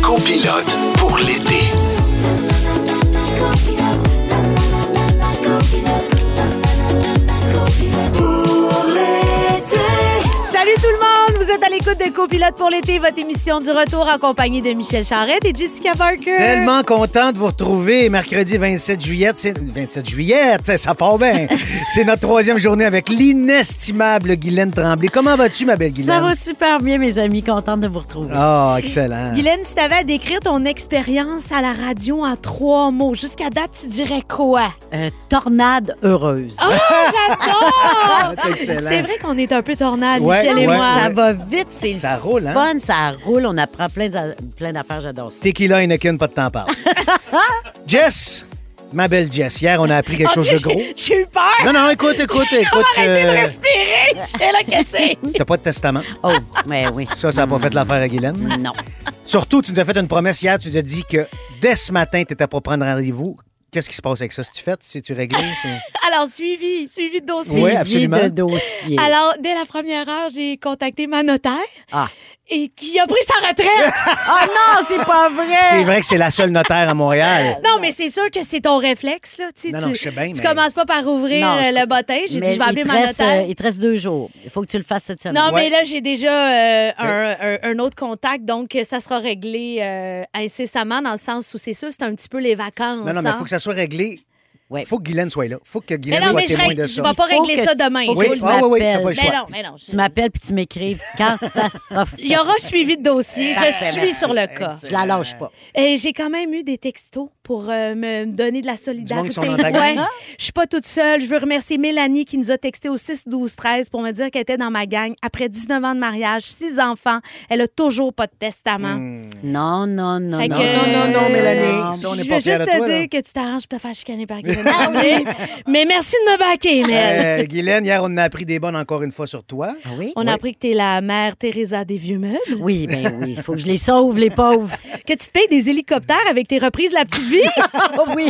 Copilote pour l'été. Salut tout le monde! Vous êtes à l'écoute de Copilote pour l'été, votre émission du retour en compagnie de Michel Charrette et Jessica Barker. Tellement content de vous retrouver mercredi 27 juillet. C'est 27 juillet, ça, ça part bien. C'est notre troisième journée avec l'inestimable Guylaine Tremblay. Comment vas-tu, ma belle Ça va Guylaine? super bien, mes amis. Contente de vous retrouver. Ah, excellent. Guylaine, si t'avais à décrire ton expérience à la radio en trois mots, jusqu'à date, tu dirais quoi? Euh, tornade heureuse. J'adore! Ah, C'est excellent. C'est vrai qu'on est un peu tornade, Ouais, Michel et ouais, moi. ouais. Ça va vite, c'est Ça le roule, hein? fun, ça roule, on apprend plein d'a- plein d'affaires, j'adore ça. Tequila, Inakin, pas de temps parle. Jess, ma belle Jess, hier, on a appris quelque Oh, chose Dieu, de gros. j'ai- J'ai eu peur! Non, non, écoute, écoute, écoute. euh, Respirer! Michel, a cassé! T'as pas de testament. Oh, mais oui. Mm, Ça, ça n'a pas Mm. fait l'affaire à Guylaine. Non. Surtout, tu nous as fait une promesse hier. Tu nous as dit que dès ce matin, tu n'étais pas prendre rendez-vous. Qu'est-ce qui se passe avec ça? Si tu fais, si tu réglé? c'est- Alors, suivi, suivi de dossier. Ouais, Suivi absolument. de dossier. Alors, dès la première heure, j'ai contacté ma notaire Ah. et qui a pris sa retraite. Ah non, c'est pas vrai. C'est vrai que c'est la seule notaire à Montréal. non, mais c'est sûr que c'est ton réflexe. Là. Tu, sais, Non, tu, non, je sais bien, tu mais- commences pas par ouvrir Non, euh, je- le bottin. J'ai Mais dit, je vais appeler il te ma reste, notaire. euh, il te reste deux jours. Il faut que tu le fasses cette semaine. Non, Ouais. mais là, j'ai déjà euh, un, un- un autre contact, donc euh, ça sera réglé euh, incessamment dans le sens où c'est sûr, c'est un petit peu les vacances. Non, non, mais il hein. faut que ça soit réglé. Ouais. faut que Guylaine soit là. faut que Mais Guylaine non, soit mais je, témoin règle- de je ça. vais pas Il faut régler que ça tu- demain. faut je vous que le tu dis. Ah, oui, oui, t'as m'appelles. pas mais le choix. non, mais non. je- Tu m'appelles puis tu m'écrives quand ça sera fait. Il y aura suivi de dossier. Je Parfait, suis merci. sur le cas. Je la lâche pas. Et j'ai quand même eu des textos pour euh, me donner de la solidarité. sont antagonistes. Ouais. Je suis pas toute seule. Je veux remercier Mélanie qui nous a texté au 6 12 13 pour me dire qu'elle était dans ma gang après 19 ans de mariage, 6 enfants. Elle a toujours pas de testament. Non, non, non. Fait non, que- Hmm. euh, Non, non, non, Mélanie, Non. ça, on je n'est veux pas juste fiers te de toi, là. Ah dire que tu t'arranges pour te faire chicaner par Guylaine Tremblay. Mais merci de me baquer, Mel. Euh, Guylaine, hier, on a appris des bonnes encore une fois sur toi. Ah oui? On a appris que t'es la mère Teresa des vieux meubles, Oui, ben oui. Il faut que je les sauve, les pauvres. que tu te payes des hélicoptères avec tes reprises La Petite Vie. Ah oui.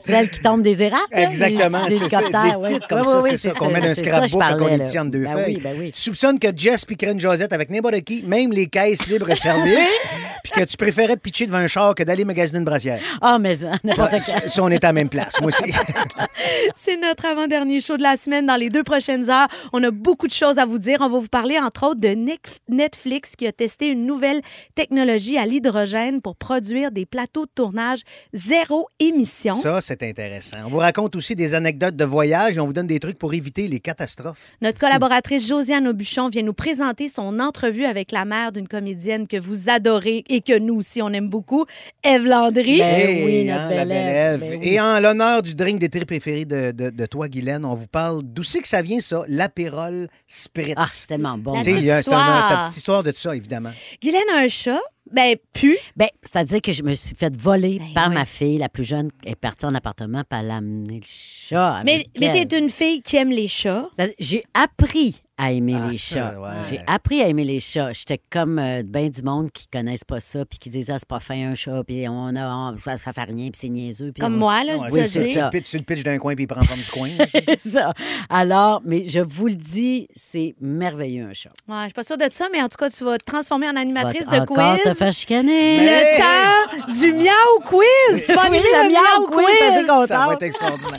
Celle qui tombe des érables. là, Exactement, les c'est petits ça. hélicoptères, Des ouais. titres comme Ouais, ça, ouais, c'est ça qu'on met d'un c'est ça, je scrapbook et qu'on parlais, les tient en là. deux Ben feuilles. Oui, ben oui. Tu soupçonnes que Jess piquerait une Josette avec n'importe qui, même les caisses libres-service, puis que tu préférais te pitcher devant un char que d'aller magasiner une brassière. Ah, mais ça, n'importe Ah, quoi. Si si on est à la même place. Moi aussi. C'est notre avant-dernier show de la semaine. Dans les deux prochaines heures, on a beaucoup de choses à vous dire. On va vous parler, entre autres, de Nec- Netflix qui a testé une nouvelle technologie à l'hydrogène pour produire des plateaux de tournage zéro émission. Ça, c'est intéressant. On vous raconte aussi des anecdotes de voyage et on vous donne des trucs pour éviter les catastrophes. Notre collaboratrice Josiane Aubuchon vient nous présenter son entrevue avec la mère d'une comédienne que vous adorez et que nous aussi, on aime beaucoup, Eve Landry. Ben Hey, oui, notre hein, belle la Ève, ben oui. Et en l'honneur du drink des tripes préférés de, de, de toi, Guylaine, on vous parle d'où c'est que ça vient, ça, l'apérole spritz. Ah, c'est tellement bon. La Tu sais, il y a- petite c'est un- c'est la histoire. petite histoire de tout ça, évidemment. Guylaine a un chat, ben, pu. Ben, c'est-à-dire que je me suis fait voler Ben par oui. ma fille, la plus jeune, qui est partie en appartement, puis elle a amené le chat. Mais, avec mais elle. t'es une fille qui aime les chats. C'est-à-dire, J'ai appris à aimer Ah, les ça, chats. ouais. J'ai appris à aimer les chats. J'étais comme euh, ben du monde qui connaissent pas ça, puis qui disent ah c'est pas fin un chat, puis on a on- ça, ça fait rien, puis c'est niaiseux. Puis Comme on- moi, là, Ouais, je Ah oui, dis c'est ça. Tu le pitches- tu le pitches d'un coin puis il prend forme du coin. là, tu sais. C'est ça. Alors, mais je vous le dis, c'est merveilleux un chat. Ouais, je suis pas sûre de ça, mais en tout cas, tu vas te transformer en Tu vas animatrice de encore te quiz. faire chicaner. Mais- Le temps du miau quiz. Tu vas Oui, animer le le miau miau quiz, je suis assez quiz. contente. Ça va être extraordinaire.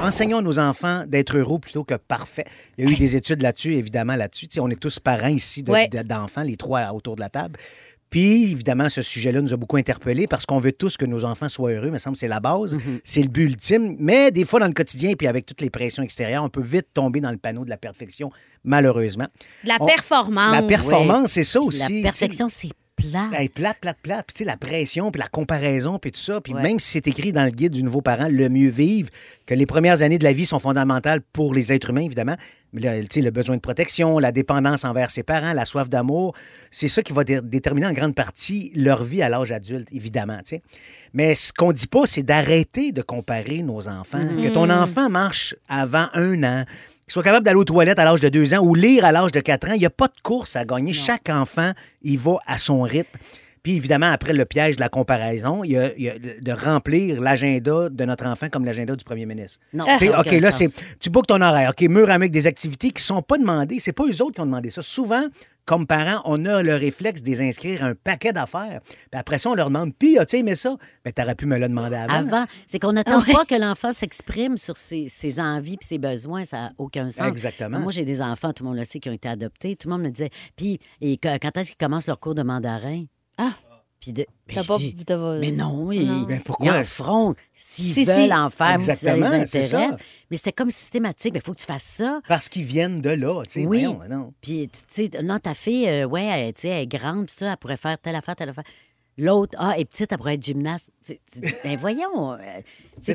Enseignons à nos enfants d'être heureux plutôt que parfaits. Il y a eu des études là-dessus, évidemment, là-dessus. Tu sais, on est tous parents ici de- Ouais. de- d'enfants, les trois autour de la table. Puis, évidemment, ce sujet-là nous a beaucoup interpellés parce qu'on veut tous que nos enfants soient heureux. Il me semble que c'est la base, Mhm. c'est le but ultime. Mais des fois, dans le quotidien, puis avec toutes les pressions extérieures, on peut vite tomber dans le panneau de la perfection, malheureusement. De la On- performance. La performance, c'est ça Ah Puis aussi. La perfection, c'est plate. Hey, Ben, plate, plate, plate. Puis, tu sais, la pression, puis la comparaison, puis tout ça. Puis, Ouais. même si c'est écrit dans le guide du nouveau parent, le mieux vivre, que les premières années de la vie sont fondamentales pour les êtres humains, évidemment. Mais le, tu sais, le besoin de protection, la dépendance envers ses parents, la soif d'amour, c'est ça qui va dé- déterminer en grande partie leur vie à l'âge adulte, évidemment. tu sais. Mais ce qu'on dit pas, c'est d'arrêter de comparer nos enfants. Mm-hmm. Que ton enfant marche avant un an, qu'il soit capable d'aller aux toilettes à l'âge de deux ans ou lire à l'âge de quatre ans, il n'y a pas de course à gagner. Chaque enfant, il va à son rythme. Puis évidemment, après le piège de la comparaison, il y a, il y a le- de remplir l'agenda de notre enfant comme l'agenda du premier ministre. Non, Tu sais, ça n'a OK, aucun là, sens. c'est tu bookes ton horaire. OK, mur à mur avec des activités qui sont pas demandées. C'est pas eux autres qui ont demandé ça. Souvent, comme parents, on a le réflexe de les inscrire à un paquet d'affaires. Puis après ça, on leur demande, puis, tu aimé ça? Mais t'aurais pu me le demander avant. Ah, Avant, c'est qu'on n'attend Ouais. pas que l'enfant s'exprime sur ses, ses envies puis ses besoins, ça n'a aucun sens. Exactement. Moi, j'ai des enfants, tout le monde le sait, qui ont été adoptés. Tout le monde me disait, puis et que- quand est-ce qu'ils commencent leur cours de mandarin? Ah. Puis de, ben, T'as je pas- dis, t'as pas- mais non, ils, Non. Mais pourquoi? ils en feront s'ils Si, si. veulent en faire, si ça les Exactement, c'est intéresse. ça. Mais c'était comme systématique, il faut que tu fasses ça. Parce qu'ils viennent de là, tu sais. Oui. Voyons, ben non. Puis, tu sais, non, ta fille, euh, ouais, elle, tu sais, elle est grande, puis ça, elle pourrait faire telle affaire, telle affaire. L'autre, ah, elle est petite, elle pourrait être gymnaste. Tu- tu dis, ben voyons, euh, c'est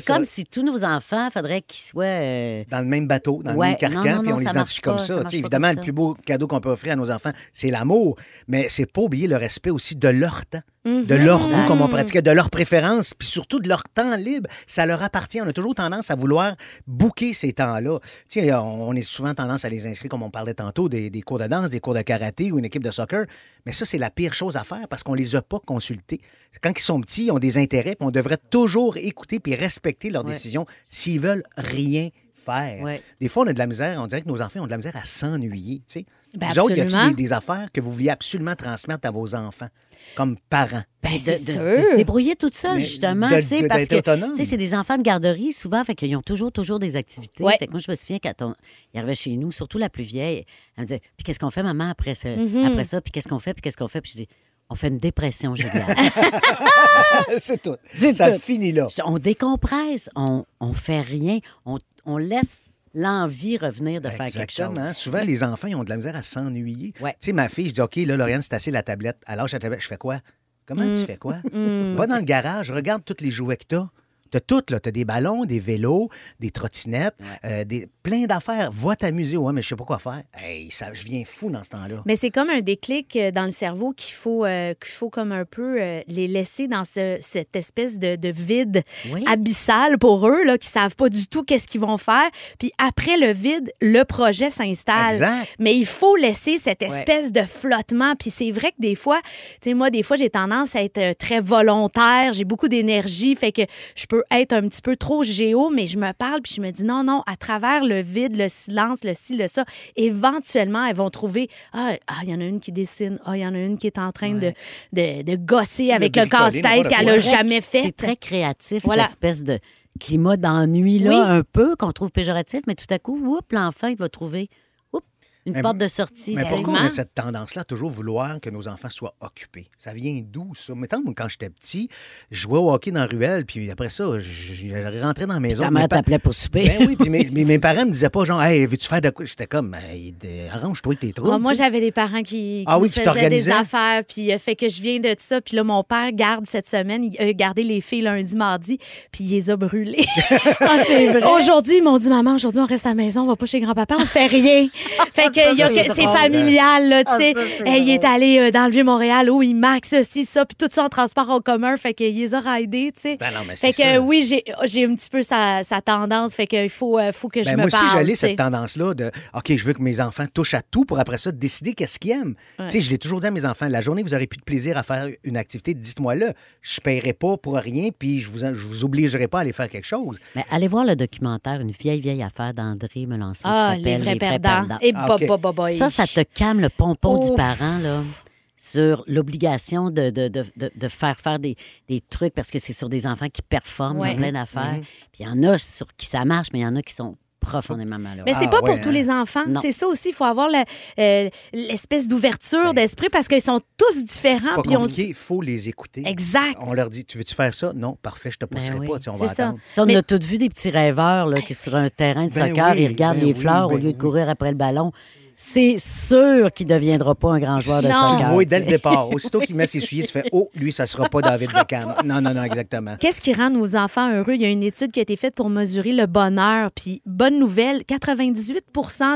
C'est ça. comme si tous nos enfants, faudrait qu'ils soient... euh, Dans le même bateau, dans Ouais, le même carcan, non, non, puis non, on les ça identifie marche comme pas, ça ça. tu marche sais. pas évidemment, comme le ça. plus beau cadeau qu'on peut offrir à nos enfants, c'est l'amour. Mais c'est pas oublier le respect aussi de leur temps, de leur goût, comme on pratiquait, de leurs préférences, puis surtout de leur temps libre. Ça leur appartient. On a toujours tendance à vouloir bouquer ces temps-là. Tu sais, on on est souvent tendance à les inscrire, comme on parlait tantôt, des, des cours de danse, des cours de karaté ou une équipe de soccer. Mais ça, c'est la pire chose à faire parce qu'on les a pas consultés. Quand ils sont petits, ils ont des intérêts, puis on devrait toujours écouter puis respecter leurs décisions s'ils veulent rien faire. Ouais. Des fois, on a de la misère, on dirait que nos enfants ont de la misère à s'ennuyer. tu sais. Ben, vous autres, y absolument. a-t-il des, des affaires que vous vouliez absolument transmettre à vos enfants comme parents? Ben, de, c'est de- sûr. de se débrouiller toute seule, Mais justement, de- tu sais, de- parce d'être que autonome. tu sais, c'est des enfants de garderie, souvent, fait qu'ils ont toujours, toujours des activités. Ouais. Fait que moi, je me souviens quand on, ils arrivaient chez nous, surtout la plus vieille, elle me disait, puis qu'est-ce qu'on fait, maman, après, ce- Mm-hmm. après ça, puis qu'est-ce qu'on fait, puis qu'est-ce qu'on fait, puis je dis, on fait une dépression, Juliane. C'est tout. C'est Ça tout. finit là. Je- On décompresse, on, on fait rien, on, on laisse l'envie revenir de faire quelque Exactement. chose. Souvent, les enfants, ils ont de la misère à s'ennuyer. Ouais. Tu sais, ma fille, je dis, OK, là, Lauriane, c'est assez la tablette. Alors, lâche la tablette. Je fais quoi? Comment tu fais quoi? Mm, Va dans le garage, regarde tous les jouets que t'as. T'as tout, là. T'as des ballons, des vélos, des trottinettes, euh, des... plein d'affaires. Va t'amuser. Ouais, mais je sais pas quoi faire. Hey, ça, je viens fou dans ce temps-là. Mais c'est comme un déclic euh, dans le cerveau qu'il faut, euh, qu'il faut comme un peu euh, les laisser dans ce- cette espèce de, de vide Oui. abyssal pour eux, là, qui savent pas du tout qu'est-ce qu'ils vont faire. Puis après le vide, le projet s'installe. Exact. Mais il faut laisser cette espèce de flottement. Puis c'est vrai que des fois, tu sais, moi, des fois, j'ai tendance à être euh, très volontaire. J'ai beaucoup d'énergie. Fait que je peux être un petit peu trop géo, mais je me parle puis je me dis non, non, à travers le vide, le silence, le ci, le ça, éventuellement, elles vont trouver Ah, ah, il y en a une qui dessine. Ah, il y en a une qui est en train de, de, de gosser avec le, bricoler, casse-tête n'importe qu'elle quoi. a Très- jamais fait. C'est très créatif, Voilà. cette espèce de climat d'ennui, là, Oui. un peu, qu'on trouve péjoratif, mais tout à coup, oups, l'enfant, il va trouver oups, une Mais- porte de sortie. Mais tu sais. pourquoi on Tellement. a cette tendance-là à toujours vouloir que nos enfants soient occupés? Ça vient d'où, ça? Mettons, moi, quand j'étais petit, je jouais au hockey dans la ruelle, puis après ça, je, je rentrais dans la maison. Ta mes mère pa- t'appelait pour souper. Ben oui, puis mes, mes- mes parents me disaient pas, genre, hey, veux-tu faire de quoi? J'étais comme, ben, hey, de- arrange-toi avec tes trous. Ah, moi, tu sais. j'avais des parents qui, qui Oh, Ah oui, me qui faisaient des t'organisaient. affaires, puis euh, fait que je viens de ça. Puis là, mon père garde cette semaine, il a gardé les filles lundi, mardi, puis il les a brûlées. Ah, c'est vrai. Aujourd'hui, ils m'ont dit, maman, aujourd'hui, on reste à la maison, on va pas chez grand-papa, on fait rien. fait que, il y a c'est que- c'est drôle. familial, là, tu Ah, sais. Hey, il est allé euh, dans le Vieux-Montréal, où il max ceci, ça, puis tout ça en transport en commun, fait qu'il les a raidés, tu sais. Ben non, mais fait c'est que ça. euh, oui, j'ai- j'ai un petit peu sa, sa tendance, fait qu'il faut, euh, faut que je Ben, me moi aussi, parle. j'allais tu sais. cette tendance-là de OK, je veux que mes enfants touchent à tout pour après ça décider qu'est-ce qu'ils aiment. Tu sais, je l'ai toujours dit à mes enfants la journée, vous aurez plus de plaisir à faire une activité, dites-moi-le. Je ne paierai pas pour rien, puis je vous, en- je vous obligerai pas à aller faire quelque chose. Mais allez voir le documentaire, une vieille, vieille affaire d'André Melançon Ah, qui les s'appelle vrais perdants. Et Ah, bah, ok. bah, bah, bah, Ça, ça te calme le pompon Ouf. du parent, là, sur l'obligation de, de, de, de- de faire faire des, des trucs parce que c'est sur des enfants qui performent Ouais. Mhm. dans plein d'affaires. Puis il y en a sur qui ça marche, mais il y en a qui sont profondément malheureux. Mais c'est Ah, pas pour ouais, tous hein. les enfants. Non. C'est ça aussi. Il faut avoir la- euh, l'espèce d'ouverture d'esprit parce qu'ils sont tous C'est différents. pas Hein, puis on- compliqué, il faut les écouter. Exact. On leur dit, tu veux-tu faire ça? Non, parfait, je te pousserai Ben oui, pas, tu sais, on c'est va ça. attendre. Tu sais, on Mais- a tous vu des petits rêveurs là, qui, sur un terrain de Ben soccer, oui, ils regardent ben les oui, fleurs ben au lieu de oui. courir après le ballon. C'est sûr qu'il ne deviendra pas un grand joueur de Si Non. Tu le soccer. vois dès le tu sais. départ. Aussitôt qu'il met ses souliers, tu fais Oh, lui, ça sera pas David Beckham. Non, non, non, exactement. Qu'est-ce qui rend nos enfants heureux? Il y a une étude qui a été faite pour mesurer le bonheur. Puis, bonne nouvelle, 98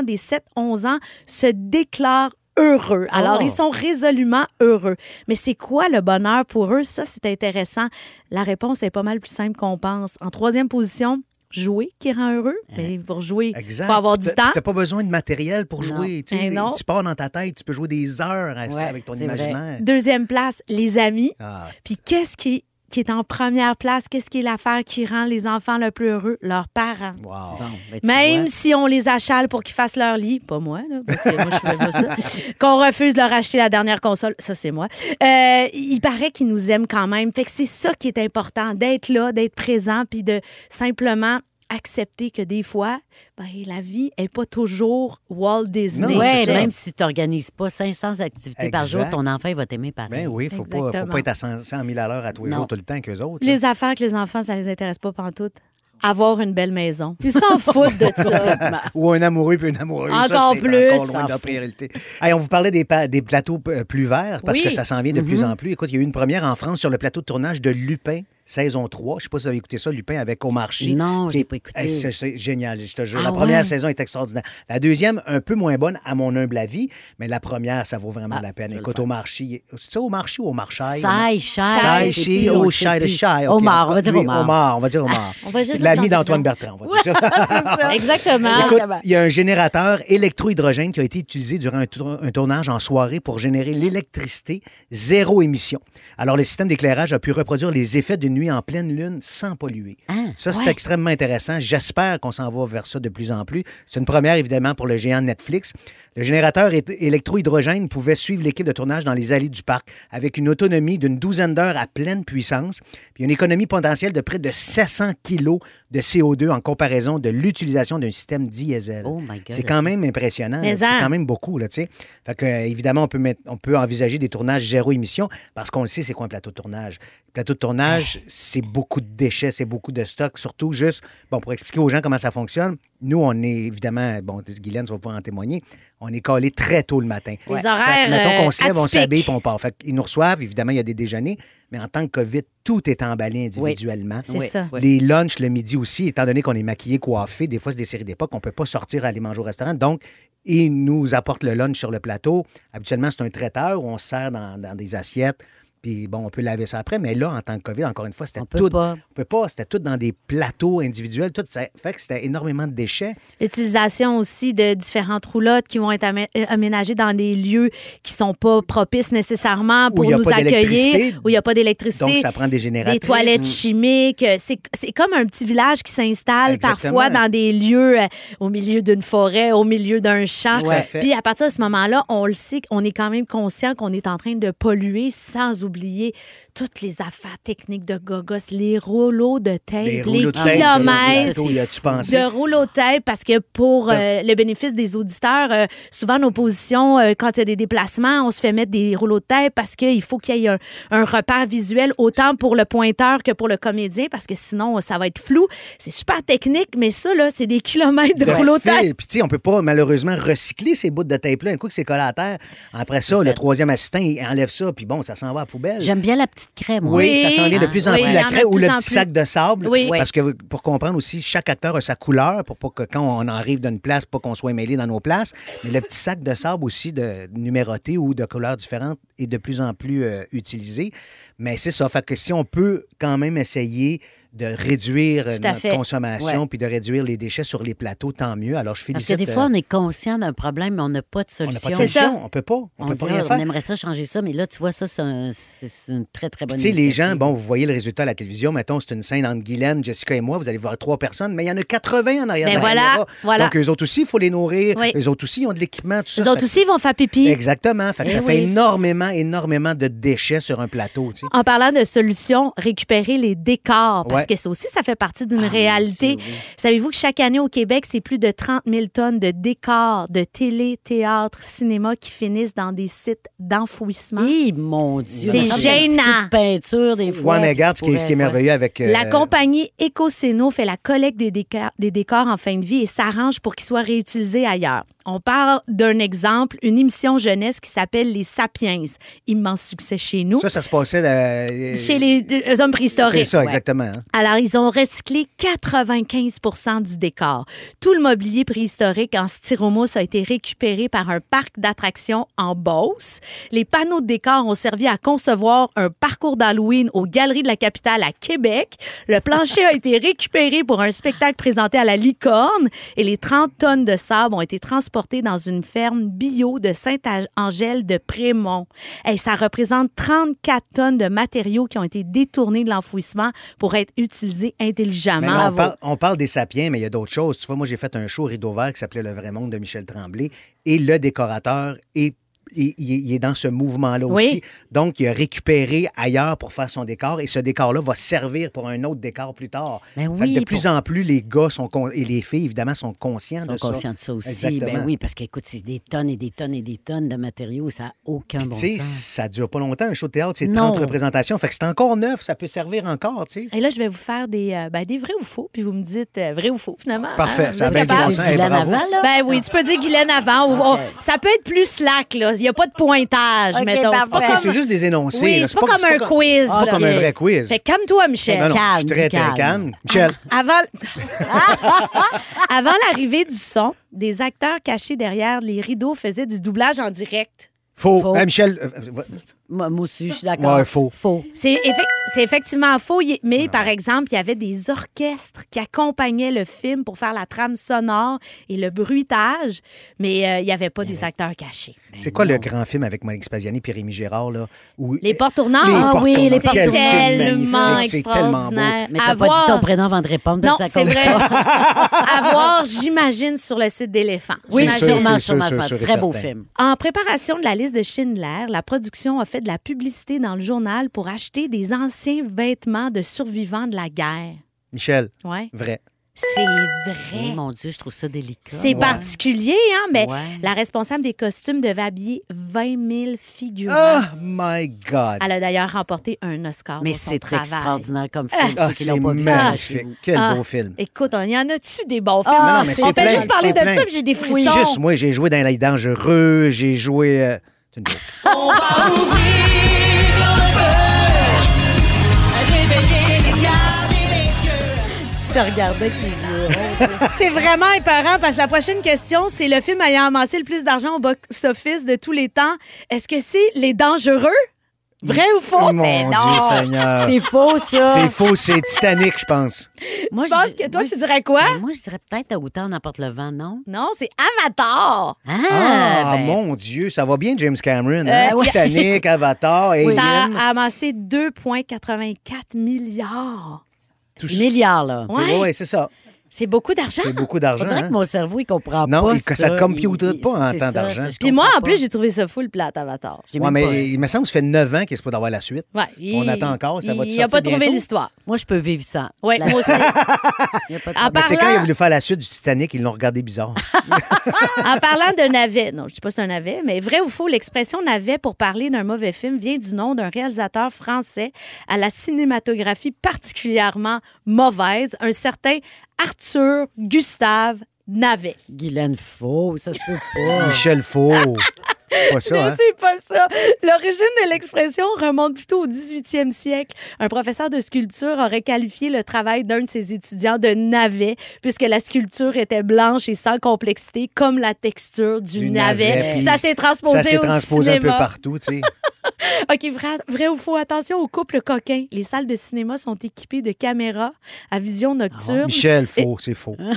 des 7-11 ans se déclarent heureux. Alors, Oh. ils sont résolument heureux. Mais c'est quoi le bonheur pour eux? Ça, c'est intéressant. La réponse est pas mal plus simple qu'on pense. En troisième position, jouer qui rend heureux. Ben, pour jouer, il Exact. faut avoir du T'as- temps. T'as pas besoin de matériel pour Non. jouer. tu sais. Ben non. Tu pars dans ta tête, tu peux jouer des heures à- Ouais, avec ton c'est vrai. imaginaire. Deuxième place, les amis. Ah, Puis qu'est-ce qui, qui est en première place? Qu'est-ce qui est l'affaire qui rend les enfants le plus heureux? Leurs parents. wow. Bon, ben, tu Même vois. si on les achale pour qu'ils fassent leur lit, pas moi, là, parce que moi, je fais pas ça. Qu'on refuse de leur acheter la dernière console, ça, c'est moi. Euh, il paraît qu'ils nous aiment quand même. Fait que c'est ça qui est important, d'être là, d'être présent, puis de simplement accepter que des fois, ben, la vie est pas toujours Walt Disney. Non, Ouais, c'est ça. même si tu n'organises pas 500 activités par jour, Exact. ton enfant il va t'aimer pareil. Ben oui, faut pas, faut Exactement. pas être à 100 100 000 à l'heure à tous les Non. jours tout le temps qu'eux autres. Les affaires que les enfants, ça les intéresse pas pantoute. Avoir une belle maison. Ils s'en foutent de ça. Ou un amoureux puis une amoureuse. Ça, Encore c'est plus. Encore loin S'en de la fout. priorité. Hey, on vous parlait des, pa- des plateaux euh, plus verts parce Oui. que ça s'en vient de plus Mm-hmm. en plus. Écoute, il y a eu une première en France sur le plateau de tournage de Lupin. Saison 3, je sais pas si vous avez écouté ça, Lupin avec Omar Sy. Non, je l'ai Qui- pas écouté. Hey, c'est- c'est génial, je te jure. la Ah première ouais? saison est extraordinaire. La deuxième, un peu moins bonne, à mon humble avis, mais la première, ça vaut vraiment Ah, la peine. Écoute, Omar Sy, c'est ça Omar Sy ou Omar Sy? Shy, shy. Shy, Shy, c'est- Sy, c'est- oh, on sait Shy, de plus. Shy. ok, en Omar, tout on cas, va dire lui, Omar. Omar, on va dire Omar. On va juste le L'ami sentir, d'Antoine non? Bertrand, on va dire ça. Exactement. Écoute, il y a un générateur électro-hydrogène qui a été utilisé durant un, tour- un tournage en soirée pour générer l'électricité, zéro émission. Alors, le système d'éclairage a pu reproduire les effets d'une nuit en pleine lune sans polluer. ça, c'est extrêmement intéressant. J'espère qu'on s'en va vers ça de plus en plus. C'est une première, évidemment, pour le géant de Netflix. Le générateur é- électro-hydrogène pouvait suivre l'équipe de tournage dans les allées du parc avec une autonomie d'une douzaine d'heures à pleine puissance, puis une économie potentielle de près de 700 kilos de CO2 en comparaison de l'utilisation d'un système diesel. Oh my God. C'est quand même impressionnant. Mais hein. là. C'est en- quand même beaucoup, là, tu sais. Fait que, euh, évidemment, on peut, mettre- on peut envisager des tournages zéro émission parce qu'on le sait, c'est quoi un plateau de tournage? Un plateau de tournage, c'est beaucoup de déchets, c'est beaucoup de stocks, surtout juste, bon, pour expliquer aux gens comment ça fonctionne, nous, on est évidemment, bon, Guylaine, tu vas pouvoir en témoigner, on est collé très tôt le matin. Les Fait que, horaires, mettons euh, qu'on se lève, on atypiques. s'habille, puis on part. Fait qu'ils nous reçoivent, évidemment, il y a des déjeuners, mais en tant que COVID, tout est emballé individuellement. C'est Oui, ça. oui. Les lunchs le midi aussi, étant donné qu'on est maquillé, coiffé, des fois c'est des séries d'époque, on ne peut pas sortir aller manger au restaurant. Donc, ils nous apportent le lunch sur le plateau. Habituellement, c'est un traiteur où on se sert dans, dans des assiettes. Puis bon, on peut laver ça après, mais là, en tant que COVID, encore une fois, c'était On peut tout. pas. On peut pas. C'était tout dans des plateaux individuels. Tout ça fait que c'était énormément de déchets. L'utilisation aussi de différentes roulottes qui vont être amé- euh, aménagées dans des lieux qui sont pas propices nécessairement pour il y a nous pas accueillir, d'électricité. où il n'y a pas d'électricité. Donc, ça prend des génératrices. des toilettes chimiques. Euh, C'est c'est comme un petit village qui s'installe Exactement. parfois dans des lieux euh, au milieu d'une forêt, au milieu d'un champ. Tout à fait. Puis à partir de ce moment-là, on le sait, on est quand même conscient qu'on est en train de polluer sans oublier toutes les affaires techniques de gogos, les rouleaux de tape, Des les rouleaux de tape sur le kilomètres plateau, y a-tu pensé? de rouleau de tape parce que pour euh, le bénéfice des auditeurs, euh, souvent nos positions, euh, quand il y a des déplacements, on se fait mettre des rouleaux de tape parce qu'il faut qu'il y ait un, un repère visuel autant pour le pointeur que pour le comédien parce que sinon euh, ça va être flou. C'est super technique, mais ça, là, c'est des kilomètres de, de rouleaux de tape. fil. Puis, tu sais, on peut pas malheureusement recycler ces bouts de tape-là. Un coup que c'est collé à terre, après ça, le troisième assistant, il enlève ça, puis bon, ça s'en va à la poubelle. J'aime bien la petite crème. moi. Oui, Oui. ça s'en vient de plus en Oui, plus il y la en a craie de ou plus le en petit plus. sac de sable. Oui. Parce que pour comprendre aussi, chaque acteur a sa couleur pour pas que quand on arrive d'une place, pas qu'on soit mêlé dans nos places. Mais le petit sac de sable aussi de numéroté ou de couleurs différentes est de plus en plus euh, utilisé. Mais c'est ça. Fait que si on peut quand même essayer de réduire euh, Tout à notre fait. consommation puis de réduire les déchets sur les plateaux, tant mieux. Alors, je Parce félicite. que des fois, euh, on est conscient d'un problème, mais on n'a pas de on n'a pas solution. de C'est ça. solution. On peut pas. On, On, peut pas dit, rien ah, faire. on aimerait ça changer ça, mais là, tu vois, ça, c'est un- c'est c'est une très, très bonne Puis, tu sais, les gens, initiative. bon, vous voyez le résultat à la télévision. Mettons, c'est une scène entre Guylaine, Jessica et moi. Vous allez voir trois personnes, mais il y en a 80 en arrière Ben de la voilà, caméra. voilà. Donc, eux autres aussi, il faut les nourrir. Oui. Eux autres aussi, ils ont de l'équipement, tout ça. Les Ça autres fait- aussi vont faire pipi. Exactement. Fait que Eh ça oui. Oh, fait énormément, énormément de déchets sur un plateau. tu sais. En parlant de solutions, récupérer les décors. Parce parce que ça aussi, ça fait partie Ah, d'une réalité. Savez-vous que chaque année au Québec, c'est plus de 30 000 tonnes de décors, de télé, théâtre, cinéma qui finissent dans des sites d'enfouissement. Hé, mon Dieu! C'est on sent un petit gênant. coup de peinture, des fois. Ouais, hein, mais puis regarde, ce tu qui est, ce qui est pourrais- merveilleux avec. euh, La compagnie Ecoceno fait la collecte des, déca- des décors en fin de vie et s'arrange pour qu'ils soient réutilisés ailleurs. On parle d'un exemple, une émission jeunesse qui s'appelle Les Sapiens. Immense succès chez nous. Ça, ça se passait. euh, chez les, euh, hommes préhistoriques. C'est ça, Ouais. exactement. hein. Alors, ils ont recyclé 95 du décor. Tout le mobilier préhistorique en styromousse a été récupéré par un parc d'attractions en Beauce. Les panneaux de décor ont servi à concevoir un parcours d'Halloween aux Galeries de la Capitale à Québec. Le plancher a été récupéré pour un spectacle présenté à la Licorne et les 30 tonnes de sable ont été transportées dans une ferme bio de Saint-Angèle de Prémont. Et ça représente 34 tonnes de matériaux qui ont été détournés de l'enfouissement pour être utilisés Mais intelligemment. là, on, Bravo. parle, on parle des sapiens, mais il y a d'autres choses. Tu vois, moi, j'ai fait un show rideau vert qui s'appelait Le vrai monde de Michel Tremblay. Et le décorateur est. Il, il- il est dans ce mouvement-là Oui. aussi. Donc, il a récupéré ailleurs pour faire son décor et ce décor-là va servir pour un autre décor plus tard. Ben Fait que oui, de plus pour- en plus, les gars sont con- et les filles, évidemment, sont conscients Ils de sont conscients de ça aussi. Ben Exactement. oui, parce qu'écoute, c'est des tonnes et des tonnes et des tonnes de matériaux. Ça n'a aucun Puis, bon tu sais, sens. ça dure pas longtemps. Un show de théâtre, c'est Non. 30 représentations. Fait que c'est encore neuf, ça peut servir encore, tu sais. Et là, je vais vous faire des, euh, ben, des vrais ou faux, puis vous me dites euh, vrai ou faux, finalement. Parfait, Hein? ça a Vous bien Ah, êtes du bon capable? sens. Hey, Guylaine bravo. avant, là? Ben oui, tu peux dire Guylaine avant. ou- oh, ça peut être plus slack, là. Il n'y a pas de pointage, Ok, mettons. C'est pas parfait. Ok, comme- c'est juste des énoncés. Oui, là. c'est pas, comme un quiz. C'est pas là. comme un vrai quiz. Fait que calme-toi, Michel. Non, non, je calme, suis très, du très calme. calme. Michel, Avant, Avant l'arrivée du son, des acteurs cachés derrière les rideaux faisaient du doublage en direct. faux. Faux. Hey, Michel, euh, euh, Ben va- Moi, moi aussi, je suis d'accord. Ouais, faux. Faux. C'est effe- c'est effectivement faux, il- mais par exemple, il y avait des orchestres qui accompagnaient le film pour faire la trame sonore et le bruitage, mais euh, il n'y avait pas des acteurs cachés. c'est quoi le grand film avec Monique Spaziani et Rémi Gérard? Là, où- Les portes tournantes, Les ah portes oui, tournantes. les portes Quel tournantes. film tellement magnifique, C'est tellement beau. extraordinaire. Mais tu n'as À pas voir- dit ton prénom avant de répondre. Non, donc ça c'est compte vrai. pas. à voir, j'imagine, sur le site d'éléphant. Oui, C'est sûr, c'est sûr, sûrement, sûrement, c'est sûrement. sûr et Très beau certain. film. En préparation de la liste de Schindler, la production a fait de la publicité dans le journal pour acheter des anciens vêtements de survivants de la guerre. Michel, Ouais. vrai. C'est Eh, vrai. mon Dieu, je trouve ça délicat. C'est Ouais. particulier, hein, mais Ouais. la responsable des costumes devait habiller 20 000 figurants. Oh my God! Elle a d'ailleurs remporté un Oscar. Mais pour son c'est travail. extraordinaire comme film. Ah, Ceux qui c'est l'ont pas vu, magnifique. lâchez-vous. Quel Ah. beau film. Écoute, on y en a-tu des bons films? Ah, Ah, Non, non, mais on c'est fait plein, juste parler c'est de plein. ça, puis j'ai des Oui. frissons. Juste moi, j'ai joué dans Les Dangereux, j'ai joué... euh, c'est une joke. Je te regardais avec les yeux. C'est vraiment épeurant parce que la prochaine question, c'est le film ayant amassé le plus d'argent au box-office de tous les temps. Est-ce que c'est Les Dangereux? Vrai ou faux? Oh Mon Dieu Seigneur. Ah, C'est faux, ça. C'est faux, c'est Titanic, je pense. Moi, tu je penses dis- que toi, moi, tu je- dirais quoi? Ben, Moi, je dirais peut-être à autant n'importe le vent, non? Non, c'est Avatar. Ah, Ah, ben, mon Dieu, ça va bien, James Cameron. hein? Euh, ouais. Titanic, Avatar, Alien. Ça ah, a amassé 2,84 milliards. milliards, là. Oui, Ouais. c'est ça. C'est beaucoup d'argent. C'est beaucoup On d'argent. dirait hein? que mon cerveau, il comprend Non, pas et que ça ça compute Il- il- pas en c'est temps ça, d'argent. ça, je Puis moi, comprends en plus, pas. j'ai trouvé ça full plat, Avatar. J'ai Ouais, même mais pas- il me semble que ça fait 9 ans qu'il se peut d'avoir la suite. Ouais, il- attend encore, ça va-tu Il n'a pas sortir trouvé bientôt? l'histoire. Moi, je peux vivre sans. Ouais, La- moi aussi. Il y a pas de En problème. Mais c'est quand Parlant- ils ont voulu faire la suite du Titanic, ils l'ont regardé bizarre. En parlant de navet, non, je dis pas c'est un navet, mais vrai ou faux, l'expression navet pour parler d'un mauvais film vient du nom d'un réalisateur français à la cinématographie particulièrement mauvaise, un certain Arthur Gustave Navet. Guylaine, faux, ça se peut Ah. pas. Michel Faux. C'est pas ça, hein? C'est pas ça. L'origine de l'expression remonte plutôt au 18e siècle. Un professeur de sculpture aurait qualifié le travail d'un de ses étudiants de navet, puisque la sculpture était blanche et sans complexité, comme la texture du, Du navet. navet, puis Ça s'est transposé, Ça s'est au transposé un peu cinéma. partout, tu sais. OK, vrai, vrai ou faux, attention aux couples coquins. Les salles de cinéma sont équipées de caméras à vision nocturne. Ah Michel Faux, c'est faux. Non,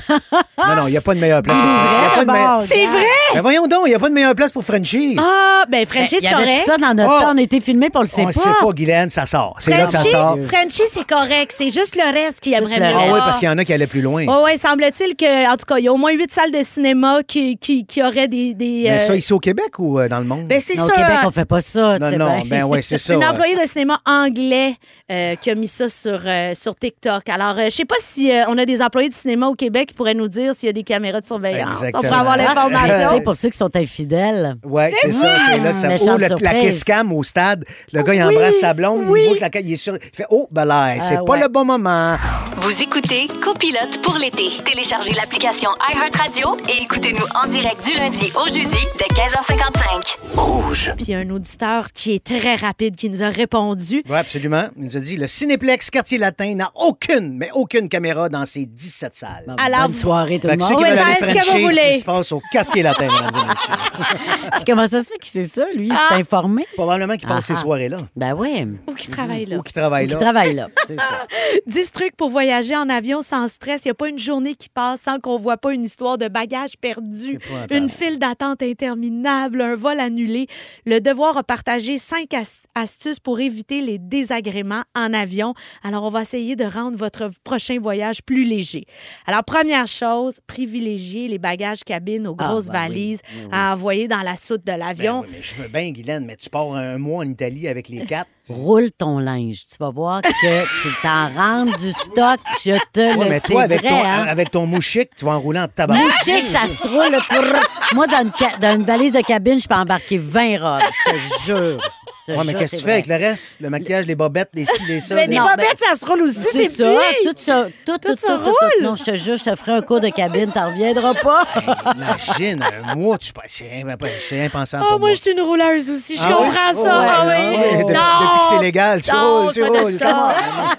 non, il n'y a pas de meilleure place. Il y a pas de d'abord. meilleure- c'est vrai? Mais ben voyons donc, il n'y a pas de meilleure place pour Frenchie. Ah, ben Ben, Frenchie, il y c'est avait correct. tout ça dans notre Oh! temps, on était filmés, puis on le sait On ne pas. sait pas, Guylaine, ça sort. C'est là que ça sort. Frenchie, Frenchie, c'est correct. C'est juste le reste qui aimerait le mieux. Ah reste. oui, parce qu'il y en a qui allaient plus loin. Oh, ouais, semble-t-il que, en tout cas, il y a au moins huit salles de cinéma qui, qui, qui auraient des. des Mais ça, euh, ici au Québec ou euh, dans le monde? ben, c'est Non, sûr. Au Québec, on fait pas ça. tu Non, sais non, bon, ben ouais, c'est ça. un ouais. employé de cinéma anglais euh, qui a mis ça sur, euh, sur TikTok. Alors, euh, je sais pas si euh, on a des employés de cinéma au Québec qui pourraient nous dire s'il y a des caméras de surveillance. Exactement. On pourrait avoir Ouais. C'est l'information. pour ceux qui sont infidèles. Ouais, c'est ça, c'est là que ça. Méchante Oh, le- la surprise. kiss cam au stade, le gars il embrasse sa blonde, il voit que la ca- il est sur, il fait oh ben là, c'est Ah, pas ouais. le bon moment. Vous écoutez Copilote pour l'été. Téléchargez l'application iHeartRadio et écoutez-nous en direct du lundi au jeudi dès 15h55. Rouge. Puis il y a un auditeur qui est très rapide qui nous a répondu. Oui, absolument. Il nous a dit le Cinéplex Quartier Latin n'a aucune, mais aucune caméra dans ses 17 salles. Bon, Alors, bonne soirée tout Fait le que ceux monde. qui Ouais, veulent faites aller ce ben, que vous franchir ce voulez. qui se passe au Quartier Latin, mesdames et messieurs. Puis comment ça se fait qu'il sait ça, lui? Ah! Il s'est informé? Probablement qu'ils passent Ah, ces ah. soirées-là. Ben oui. Ou qui travaille là. Ou qu'ils travaillent Qui Ben là. travaille là. C'est ça. 10 trucs pour voyager en avion sans stress. Il n'y a pas une journée qui passe sans qu'on voit pas une histoire de bagages perdus, épouvantable. une file d'attente interminable, un vol annulé. Le devoir a partagé cinq as- astuces pour éviter les désagréments en avion. Alors, on va essayer de rendre votre prochain voyage plus léger. Alors, première chose, privilégier les bagages cabine aux Ah, grosses ben oui, valises oui, oui. à envoyer dans la soute de Ben l'avion. oui, mais je veux bien, Guylaine, mais tu pars un mois en Italie avec les quatre. Roule ton linge. Tu vas voir que tu t'en rentres du stock. Je te Ouais, le mais dis. toi, avec, vrai, ton, hein? avec ton mouchique, tu vas enrouler en tabac. Mouché que ça se roule. trrr. Moi, dans une, ca- dans une valise de cabine, je peux embarquer 20 robes. Je te jure. Je te Ouais, mais jure, qu'est-ce que tu c'est fais vrai. avec le reste? Le maquillage, les bobettes, les ci, les ça. Mais les- des Non, bobettes, ça ben, se roule aussi, c'est C'est ça, petit! tout ça, tout, tout, se tout, tout, tout. roule. Non, je te jure, je te ferai un cours de cabine, t'en reviendras pas. Imagine, un mois, tu passes. C'est imp- c'est impensable. Ah, pour moi, moi. je suis une rouleuse aussi. Je Ah comprends oui? ça. Ouais. Ah oui. Ah oui. Depuis- depuis que c'est légal, tu Non, roules, tu pas de roules. ça.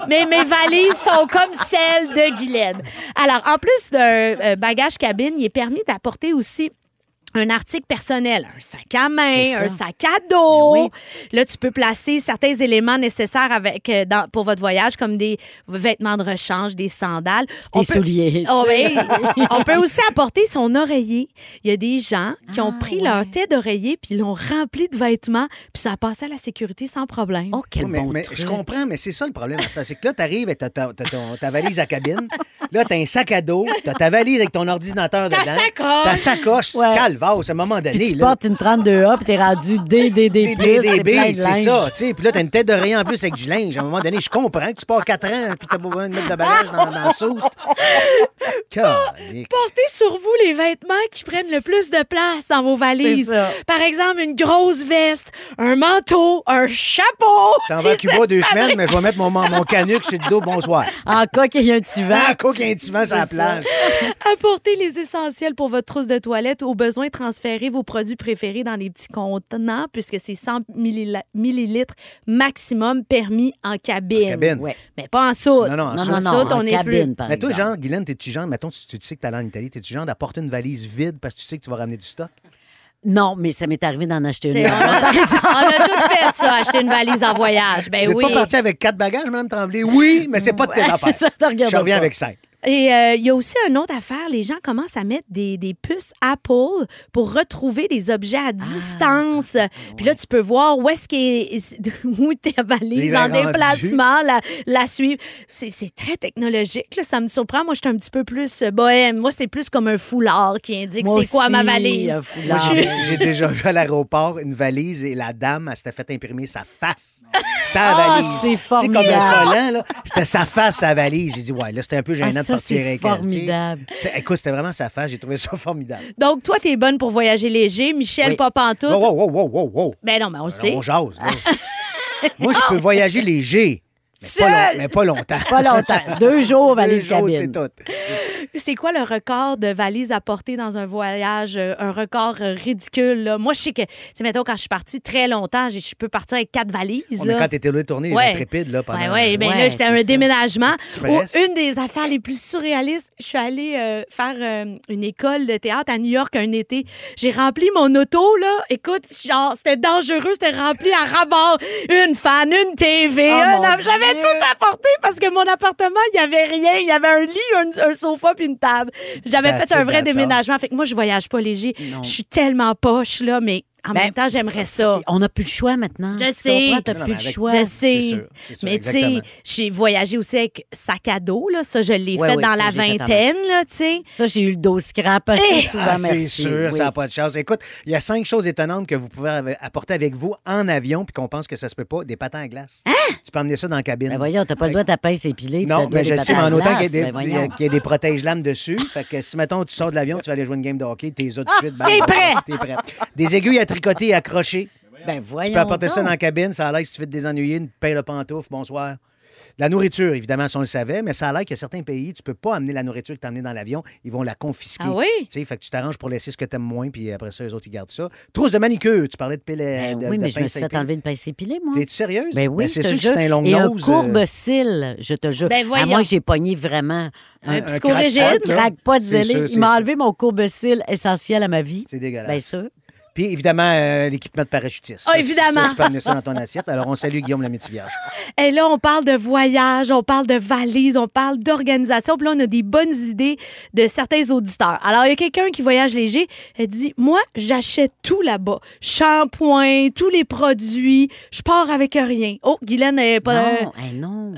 Mais mes valises sont comme celles de Guylaine. Alors, en plus d'un euh, bagage cabine, il est permis d'apporter aussi un article personnel, un sac à C'est main, ça. un sac à dos. Ben Là, tu peux placer certains éléments nécessaires avec, euh, dans- pour votre voyage, comme des vêtements de rechange, des sandales. On Tes peut- souliers. Oh, tu sais. ben, on peut aussi apporter son oreiller. Il y a des gens qui ont Ah, pris ouais. leur tête d'oreiller puis l'ont rempli de vêtements, puis ça a passé à la sécurité sans problème. Oh, quel Oui, mais, bon mais truc. je comprends, mais c'est ça le problème. à ça. C'est que là, t'arrives et t'as ta, t'as ton- ta valise à cabine. Là, t'as un sac à dos. T'as ta valise avec ton ordinateur Ta dedans. sacoche. Ta sacoche. Ouais. Calvasse, à un moment Puis donné. tu là. portes une 32A, puis t'es rendu DDD+, Des c'est plein DDB, de c'est linge. ça, tu sais. Puis là, t'as une tête de rien en plus avec du linge. À un moment donné, je comprends que tu pars 4 ans puis t'as pas besoin de mettre de bagage dans, dans la soute. Calique. Portez sur vous les vêtements qui prennent le plus de place dans vos valises. C'est ça. Par exemple, une grosse veste, un manteau, un chapeau. T'en vas à Cuba deux semaines, mais je vais mettre mon, mon canuc sur le dos. Bonsoir. En cas qu'il y a un petit vent. Ah, quoi qu'il y ait un petit vent sur la C'est plage. Apportez les essentiels pour votre trousse de toilette. Au besoin, transférez vos produits préférés dans des petits contenants puisque c'est 100 millila- millilitres maximum permis en cabine. Cabine. Ouais. Mais pas en soute. Non, non, en Non, soute. non, En non, soute, en on est cabine, plus- par Mais toi, exemple. genre, Guylaine, t'es-tu genre, mettons, tu, tu sais que t'es allé en Italie, t'es-tu genre d'apporter une valise vide parce que tu sais que tu vas ramener du stock? Non, mais ça m'est arrivé d'en acheter C'est- une. on, a, on a tout fait ça, acheter une valise en voyage. Ben Eh Vous êtes oui. pas parti avec quatre bagages, Mme Tremblay? Oui, mais c'est pas de tes affaires. ça te regarde Je reviens pas. avec cinq. Et euh, il y a aussi une autre affaire. Les gens commencent à mettre des, des puces Apple pour retrouver des objets Ah, à distance. Puis là, tu peux voir où est-ce que où ta valise Les en rendus. déplacement, la, la suivre. C'est c'est très technologique. là. Ça me surprend. Moi, je suis un petit peu plus euh, bohème. Moi, c'était plus comme un foulard qui indique Moi c'est quoi aussi, ma valise. un Moi, foulard. j'ai j'ai déjà vu à l'aéroport une valise et la dame, elle s'était fait imprimer sa face. Sa Ah, valise. c'est Tu sais, formidable. comme le collant, là. C'était sa face, sa valise. J'ai dit, ouais, là, c'était un peu gênant Ah, de ça, partir c'est avec elle, tu sais. formidable. C'est- Écoute, c'était vraiment sa face. J'ai trouvé ça formidable. Donc, toi, t'es bonne pour voyager léger. Michel, Oui. pas pantoute. Wow, wow, wow, wow, wow, wow. Ben non, mais on le Alors, sait. on jase, là. Moi, je peux voyager léger, mais pas, long- mais pas longtemps. Pas longtemps. Deux jours, Deux valise jours, c'est cabine. tout. C'est quoi le record de valises à porter dans un voyage? euh, Un record euh, ridicule. là? Moi, je sais que, tu sais, mettons, quand je suis partie très longtemps, j'ai- je peux partir avec quatre valises. Oh, mais là. quand t'étais là tourner, Ouais. les intrépides, là, pendant... Ouais, ouais, ben Ouais, eh là, j'étais à un c'est ça. déménagement. Ou Presque. une des affaires les plus surréalistes, je suis allée euh, faire euh, une école de théâtre à New York un été. J'ai rempli mon auto, là. Écoute, genre, c'était dangereux, c'était rempli à rabord. Une fan, une TV, Oh, un mon app- J'avais Dieu. tout apporté parce que mon appartement, il n'y avait rien. Il y avait un lit, un, un sofa puis une table. J'avais That's fait un it, vrai that's all. déménagement. Fait que moi, je voyage pas léger. Non. Je suis tellement poche, là, mais En Ben, même temps, j'aimerais ça. On n'a plus le choix maintenant. Je Mm-hmm. Tu sais. comprends? T'as Non, non, plus mais le avec- choix. Je sais. C'est sûr, c'est sûr, mais tu sais, exactement. j'ai voyagé aussi avec sac à dos, là. Ça, je l'ai Ouais, fait ouais, dans ça, la j'ai fait en vingtaine, là, tu sais. Ça, j'ai eu le dos scrap assez souvent, Ah, c'est merci. sûr, Oui. ça n'a pas de chance. Écoute, il y a cinq choses étonnantes que vous pouvez av- apporter avec vous en avion, puis qu'on pense que ça se peut pas, des patins à glace. Tu peux emmener ça dans la cabine. Hein? Ben voyons, t'as pas le droit de ta pince épilée. puis t'as non, le droit mais des je sais, mais patates en autant qu'il y ait glaces, des, ben voyons. qu'il y ait des protège-lames dessus. Fait que si, mettons, tu sors de l'avion, tu vas aller jouer une game de hockey, t'es là tout Ah! de suite. bam, t'es bam, prêt! bam, T'es prêt. Des aiguilles à tricoter et accrocher. Ben voyons Tu peux apporter ça donc. dans la cabine, ça a l'air que si tu veux te désennuyer, une paire de pantoufles, bonsoir. De La nourriture, évidemment, si on le savait, mais ça a l'air qu'il y a certains pays, tu peux pas amener la nourriture que tu as amenée dans l'avion, ils vont la confisquer. Ah oui? Tu sais, fait que tu t'arranges pour laisser ce que tu aimes moins, puis après ça, les autres, ils gardent ça. Trousse de manicure, tu parlais de pile euh, Ben de, oui, de mais je me pince suis à fait épiler. enlever une pince épilée, moi. T'es-tu sérieuse? Ben oui, Ben, je c'est te sûr que jure. c'est un long Et un nose, euh, courbe cils, je te jure. Ben à voyons. moins que j'ai pogné vraiment un, Un petit psycho rigide. Un craque pas de C'est zélé. sûr, Il c'est m'a sûr. enlevé mon courbe cils essentiel à ma vie. Ben C'est dégueulasse. Bien sûr. Puis évidemment, euh, l'équipement de parachutiste. Ah, Ça, évidemment. ça, tu peux amener ça dans ton assiette. Alors, on salue Guillaume le Métivierge. Et là, on parle de voyage, on parle de valise, on parle d'organisation. Puis là, on a des bonnes idées de certains auditeurs. Alors, il y a quelqu'un qui voyage léger. Elle dit Moi, j'achète tout là-bas. Shampoing, tous les produits. Je pars avec rien. Oh, Guylaine est pas. Non, eh non.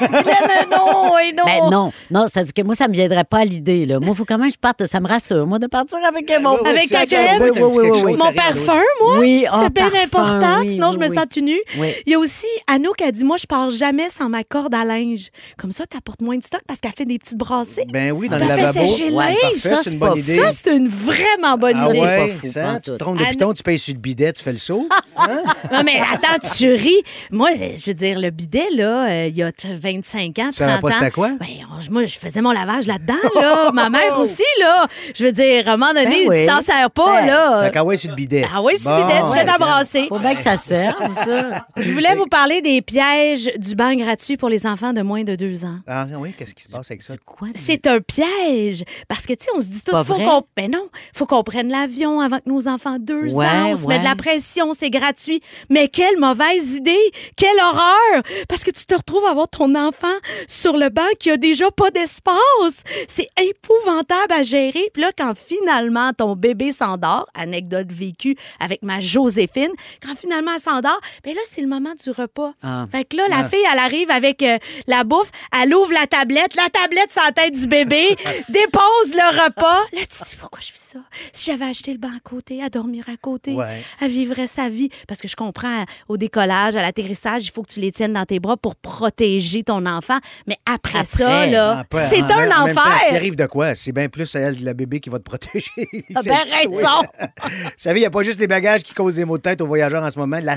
Guylaine, non, et non. Ben non, non, c'est-à-dire que moi, ça ne me viendrait pas à l'idée. Là. Moi, il faut quand même que je parte. Ça me rassure, moi, de partir avec euh, mon oui, Avec si ta on crème? peut, t'as un petit Oui, oui, quelque oui, Mon chose, ça reste, oui. parfum, moi, Oui, oh, c'est bien parfum, important, oui, sinon oui, je me oui. sens tout nu. Oui. Il y a aussi Anouk qui a dit, moi, je pars jamais sans ma corde à linge. Comme ça, tu apportes moins de stock parce qu'elle fait des petites brassées. Ben Ah, oui, dans Parce le que lavabo. c'est chez Ouais, Lay's, parfait, ça, c'est c'est une pas bonne idée. Ça, c'est une vraiment bonne Ah idée. c'est ouais, pas fou, ça, pas en tu tout. te trompes de Anne- Ah, piton, tu payes sur le bidet, tu fais le saut. Non, mais attends, tu ris. Moi, je veux dire, le bidet, là, euh, il y a t- 25 ans, 30 Tu savais pas ans. c'était quoi? Oh! Ben, on- moi, je faisais mon lavage là-dedans, là. Ma mère aussi, là. Je veux dire, à un moment donné, Ben oui. tu t'en sers pas, Ben, là. Fait qu'à ouais, sur le bidet. euh, Ah oui, c'est Bon, ben, bidet, tu fais ta regarde. brassée. Faut bien que ça serve, ça. Je voulais vous parler des pièges du bain gratuit pour les enfants de moins de deux ans. Ah oui, qu'est-ce qui se passe avec ça? Quoi? C'est un piège. Parce que, tu sais, on se dit tout, Pas faut vrai? qu'on. Ben non, faut qu'on prenne l'avion avant que nos enfants deux Ouais, ans. On se met ouais. de la pression, c'est gratuit. Mais quelle mauvaise idée! Quelle horreur! Parce que tu te retrouves à avoir ton enfant sur le banc qui a déjà pas d'espace. C'est épouvantable à gérer. Puis là, quand finalement ton bébé s'endort, anecdote vécue avec ma Joséphine, quand finalement elle s'endort, ben là, c'est le moment du repas. Ah. Fait que là, la fille, elle arrive avec euh, la bouffe, elle ouvre la tablette, la tablette sur la tête du bébé, dépose le repas. Là, tu te dis pourquoi je fais ça? Si j'avais acheté le banc à côté, à dormir à côté, Ouais. elle vivrait sa vie. Parce que je comprends, au décollage, à l'atterrissage, il faut que tu les tiennes dans tes bras pour protéger ton enfant. Mais après, Après. ça, là, Ah, pas- c'est en un même- en même temps, S'il enfer. Ah, arrive de quoi? C'est bien plus elle, le bébé qui va te protéger. T'as C'est bien le choix. raison. Vous savez, il n'y a pas juste les bagages qui causent des maux de tête aux voyageurs en ce moment. La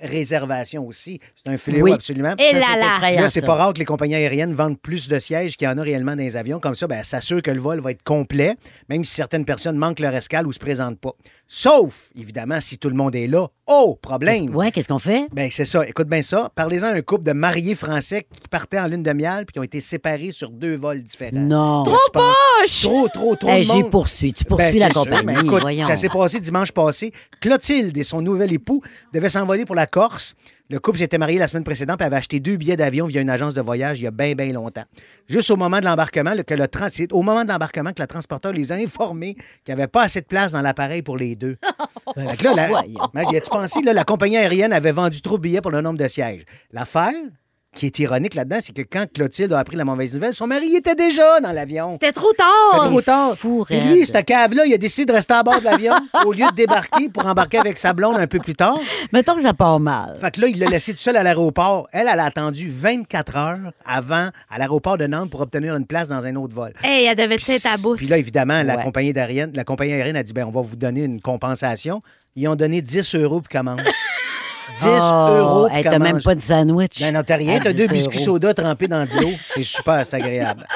surréservation aussi, c'est un fléau Oui. absolument. Et Ça, là c'est là. effrayant, Là, c'est ça. pas rare que les compagnies aériennes vendent plus de sièges qu'il y en a réellement dans les avions. Comme ça, ben, ça s'assure que le vol va être complet, même si certaines personnes manquent leur escale ou se présentent pas. Sauf, évidemment, si tout le monde est là. Oh, problème! Ouais, qu'est-ce qu'on fait? Ben, c'est ça. Écoute bien ça. Parlez-en à un couple de mariés français qui partaient en lune de miel puis qui ont été séparés sur deux vols différents. Non. Trop poche! Trop, trop, trop. Eh, de j'ai monde. poursuis. Tu Ben, poursuis la t'es sûr, compagnie. mais écoute, voyons. ça s'est passé dimanche passé. Clotilde et son nouvel époux devaient s'envoler pour la Corse. Le couple s'était marié la semaine précédente et avait acheté deux billets d'avion via une agence de voyage il y a bien, bien longtemps. Juste au moment de l'embarquement, le- que le trans- c'est au moment de l'embarquement que le transporteur les a informés qu'il n'y avait pas assez de place dans l'appareil pour les deux. Ben, Fait que là, la- voyons. Mag, y a-tu pensé, là, la compagnie aérienne avait vendu trop de billets pour le nombre de sièges. L'affaire qui est ironique là-dedans, c'est que quand Clotilde a appris la mauvaise nouvelle, son mari était déjà dans l'avion. C'était trop C'était tard! trop tard. fou, Et raide. lui, cette cave-là, il a décidé de rester à bord de l'avion au lieu de débarquer pour embarquer avec sa blonde un peu plus tard. Mettons que ça part mal. Fait que là, il l'a laissé tout seul à l'aéroport. Elle, elle a attendu 24 heures avant à l'aéroport de Nantes pour obtenir une place dans un autre vol. Hey, elle devait Puis, être à bout. puis là, évidemment, la, Ouais. compagnie aérienne, la compagnie aérienne a dit ben, on va vous donner une compensation. Ils ont donné 10 euros pour commande. 10 Oh, euros pour hey, t'as même commande. pas de sandwich. Ben non, t'as rien, À t'as 10 deux biscuits euros. soda trempés dans de l'eau. C'est super, c'est agréable.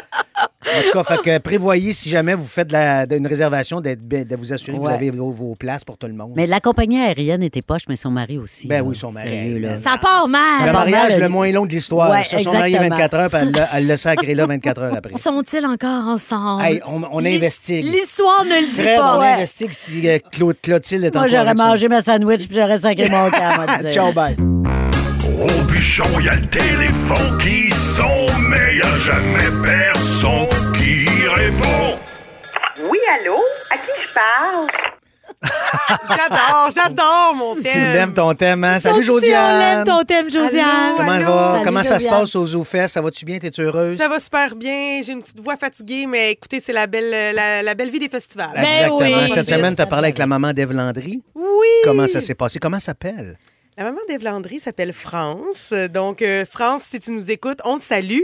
En tout cas, fait que prévoyez si jamais vous faites de la- de- une réservation d'être bien- de vous assurer que Ouais. vous avez vos, vos places pour tout le monde. Mais la compagnie aérienne était poche, mais son mari aussi. Ben là. oui, son mari, Sérieux, ben, là. ben, Ça part mal. le pas mariage mal, le le- moins long de l'histoire. Ouais, Ils se sont mariés exactement. 24 heures, puis elle l'a- elle l'a sacré là 24 heures après. Sont-ils encore ensemble? Hey, on, on L'his- investigue. L'histoire ne le dit Fred, pas. on Ouais. investigue si euh, Clo- Clotilde est Moi, encore j'aurais avec son- mangé ma sandwich puis j'aurais sacré mon camp. on va dire. Ciao, bye. Au bûchon, y a le téléphone qui sonne, mais y a jamais personne qui répond. Oui, allô? À qui je parle? J'adore, j'adore mon thème. Tu l'aimes ton thème, hein? Salut Sauf si Oh, on l'aime Josiane! ton thème, Josiane. Comment, Allô? va? Salut, Comment ça se Josiane. passe aux ZooFest? Ça va-tu bien? T'es-tu heureuse? Ça va super bien. J'ai une petite voix fatiguée, mais écoutez, c'est la belle, la, la belle vie des festivals. Ben Exactement. oui. Cette semaine, tu as parlé avec la maman d'Ève Landry. Oui. Comment ça s'est passé? Comment ça s'appelle? La maman d'Ève Landry s'appelle France. Donc, euh, France, si tu nous écoutes, on te salue.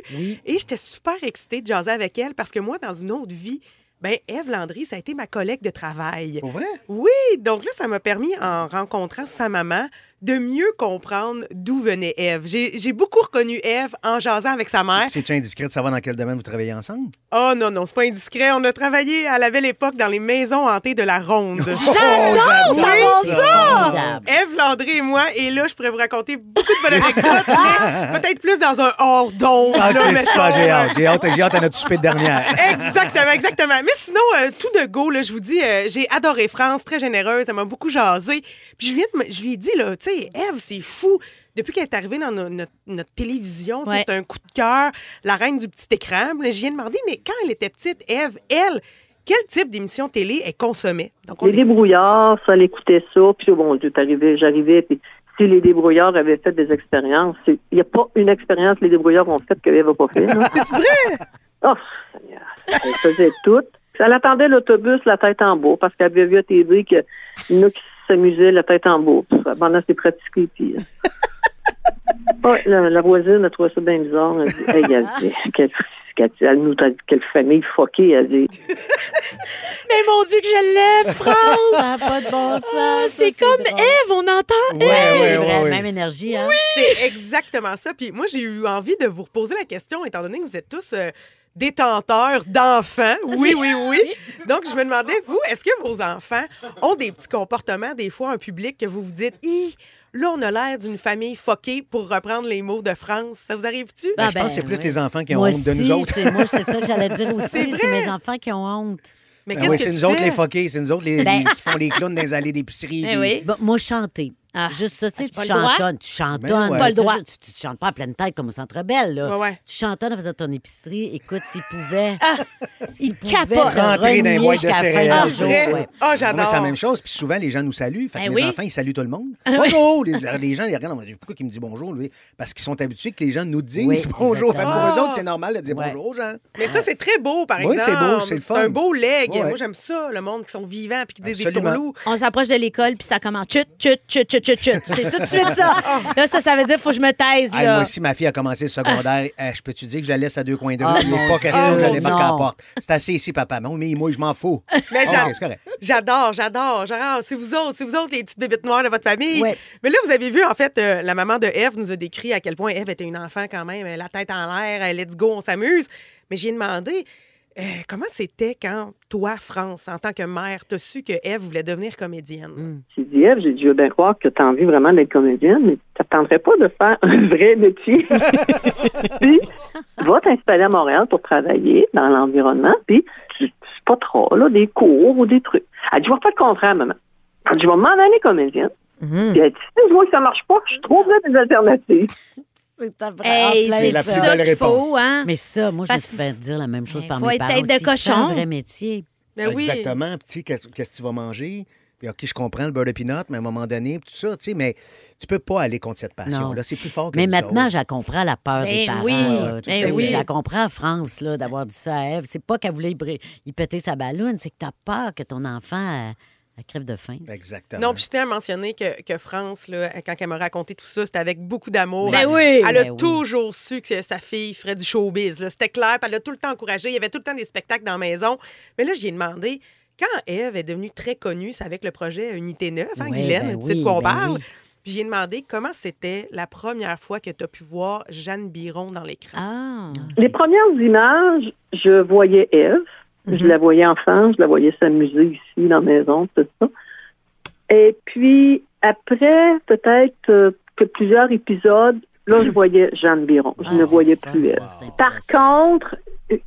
Et j'étais super excitée de jaser avec elle parce que moi, dans une autre vie, ben Ève Landry, ça a été ma collègue de travail. Pour vrai? Oui, donc là, ça m'a permis, en rencontrant sa maman, de mieux comprendre d'où venait Ève. J'ai j'ai beaucoup reconnu Ève en jasant avec sa mère. C'est-tu indiscret de savoir dans quel domaine vous travaillez ensemble? Oh non, non, c'est pas indiscret. On a travaillé à la belle époque dans les maisons hantées de la Ronde. Oh, J'adore Oui, savoir ça! Formidable. Ève Landry et moi, et là, je pourrais vous raconter beaucoup de bonnes anecdotes, mais peut-être plus dans un hors don. Ah, Ok, super, j'ai hâte. J'ai hâte, j'ai hâte à notre souper de dernière. Exactement, exactement. Mais sinon, euh, tout de go, là, je vous dis, euh, j'ai adoré France, très généreuse, elle m'a beaucoup jasé. Puis je lui ai, dem- je lui ai dit, là, tu sais, Eve, c'est fou. Depuis qu'elle est arrivée dans no- notre, notre télévision, tu sais, Ouais. c'est un coup de cœur, la reine du petit écran. Puis là, je lui ai demandé, mais quand elle était petite, Eve, elle, quel type d'émission télé elle consommait? Donc, on Les débrouillards, ça, elle écoutait ça, puis oh, bon, Dieu, t'arrivais, j'arrivais, puis si les débrouillards avaient fait des expériences, il n'y a pas une expérience que les débrouillards ont faite qu'elle n'a pas fait. C'est vrai? Oh, Seigneur. Elle faisait tout. Elle attendait l'autobus la tête en bas, parce qu'elle avait vu à TV qu'il y en a qui s'amusaient la tête en bas, puis pendant ses pratiqués, puis... euh. Ouais, la, la voisine a trouvé ça bien bizarre. Elle dit, hey, elle dit, quelle, quelle, elle nous- quelle famille fuckée, elle dit. Mais mon Dieu que je l'aime, France! Ça pas de bon ça, c'est c'est comme drôle. Eve, on entend. Ouais, ouais, ouais, C'est vrai, ouais. même énergie, hein? C'est exactement ça. Puis moi, j'ai eu envie de vous reposer la question, étant donné que vous êtes tous euh, détenteurs d'enfants. Oui, oui, oui. Donc, je me demandais, vous, est-ce que vos enfants ont des petits comportements, des fois, un public que vous vous dites, hi, là, on a l'air d'une famille foquée, pour reprendre les mots de France. Ça vous arrive-tu? Ah, Je pense que c'est ben, plus oui. les enfants qui ont Moi honte de aussi, nous autres. c'est- Moi, c'est ça que j'allais dire C'est aussi. vrai. C'est mes enfants qui ont honte. Mais Ben oui, que c'est tu nous autres fais? les foqués, c'est nous autres les, Ben- les- qui font les clowns dans les allées d'épicerie. Eh puis- oui. Bon, moi, chanter. Ah. Juste ça, tu sais, Pas tu le droit. chantonnes, tu chantonnes. Ben ouais. Pas le droit. Tu, tu- tu chantes pas à pleine tête comme au Centre Belle, là. Ouais, ouais. Tu chantonnes en faisant ton épicerie. Écoute, s'ils pouvaient... Ah, s'ils il pouvaient capote. te Rentrer dans les renier boîtes de jusqu'à la fin céréales. Ah, du jour, Vrai? ouais. Ah, Moi, j'adore. c'est la même chose. Puis souvent, les gens nous saluent. Fait que Ben mes oui. enfants, ils saluent tout le monde. Ah Bonjour! Les, les gens, ils regardent. on dit, Pourquoi ils me disent bonjour, lui? Parce qu'ils sont habitués que les gens nous disent Oui, bonjour. Fait que exactement. pour eux Ah! autres, c'est normal de dire Ouais. bonjour aux gens. Mais ça, c'est très beau, par Oui, c'est exemple. beau, c'est le fun. un beau leg. Ouais. Moi, j'aime ça, le monde qui sont vivants puis qui disent des Absolument. tourlous. On s'approche de l'école, puis ça commence chut, chut, chut, chut, chut, chut. C'est tout de suite ça. Là, ça, ça veut dire faut que je me taise, Hey, euh, moi là. aussi, ma fille a commencé le secondaire. Eh, je peux-tu dire que j'allais à deux coins de rue? Ah, Il n'est mon pas Dieu. question que j'allais Oh, marquer à la non. porte. C'est assez ici, papa. Mais oui, mais moi, je m'en fous. Mais OK, j'ad- Ah, c'est correct. j'adore, j'adore, j'adore. C'est vous autres, c'est vous autres les petites bébites noires de votre famille. Ouais. Mais là, vous avez vu, en fait, euh, la maman de Eve nous a décrit à quel point Eve était une enfant quand même, euh, la tête en l'air, euh, let's go, on s'amuse. Mais j'ai demandé euh, comment c'était quand toi, France, en tant que mère, t'as su que Eve voulait devenir comédienne. J'ai dit, Ève, j'ai dit, je veux bien croire que tu as envie vraiment d'être comédienne, mais ça ne tenterait pas de faire un vrai métier. puis, va t'installer à Montréal pour travailler dans l'environnement, puis tu, c'est pas trop, là, des cours ou des trucs. Elle dit, je vais faire le contraire, maman. Elle dit, je vais m'en aller comédienne. Mm. Puis elle dit, si je vois que ça marche pas, je trouverai des alternatives. C'est ta vraie- Hey, en plein c'est la ça. Ah, plus ça belle qu'il faut, réponse. hein? Mais ça, moi, je me Parce- suis fait dire la même chose Mais par faut mes être parents. tête de aussi. Fais un cochon. vrai métier. Ben oui. Exactement. Petit, qu'est-ce qu'est-ce que tu vas manger? Puis, OK, je comprends le beurre de pinot, mais à un moment donné, puis tout ça, tu sais, mais tu peux pas aller contre cette passion-là. Non. C'est plus fort que Mais nous maintenant, autres. je la comprends la peur Ben des parents. oui. là, tu Ben sais. oui. Je la comprends en France là, d'avoir dit ça à Ève. C'est pas qu'elle voulait y, br- y péter sa balloune, c'est que t'as peur que ton enfant euh, elle crève de faim. tu sais. Exactement. Non, puis je tiens à mentionner que, que France, là, quand elle m'a raconté tout ça, c'était avec beaucoup d'amour. Ben elle, oui. elle a Ben oui. toujours su que sa fille ferait du showbiz. là. C'était clair, puis elle a tout le temps encouragé. Il y avait tout le temps des spectacles dans la maison. Mais là, j'ai demandé, quand Eve est devenue très connue, c'est avec le projet Unité 9, hein, Ouais, Guylaine, ben tu sais de oui, quoi on ben parle. oui. Puis j'ai demandé comment c'était la première fois que tu as pu voir Jeanne Biron dans l'écran. Ah. Les premières images, je voyais Eve. Je la voyais enfant, je la voyais s'amuser ici dans la maison, tout ça. Et puis, après, peut-être euh, que plusieurs épisodes, là, je voyais Jeanne Biron. Je Ah, ne c'est voyais fun, plus ça, elle. c'est Par intéressant. contre,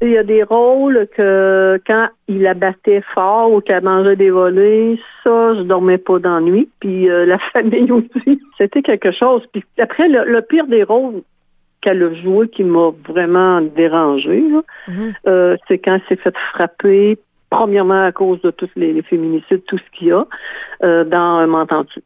il y a des rôles que quand il abattait fort ou qu'elle mangeait des volets, ça, je dormais pas d'ennui. Puis euh, la famille aussi, c'était quelque chose. Puis après, le, le pire des rôles qu'elle a joué qui m'a vraiment dérangée, là, euh, c'est quand elle s'est fait frapper Premièrement, à cause de tous les, les féminicides, tout ce qu'il y a. Euh, dans M'entends-tu?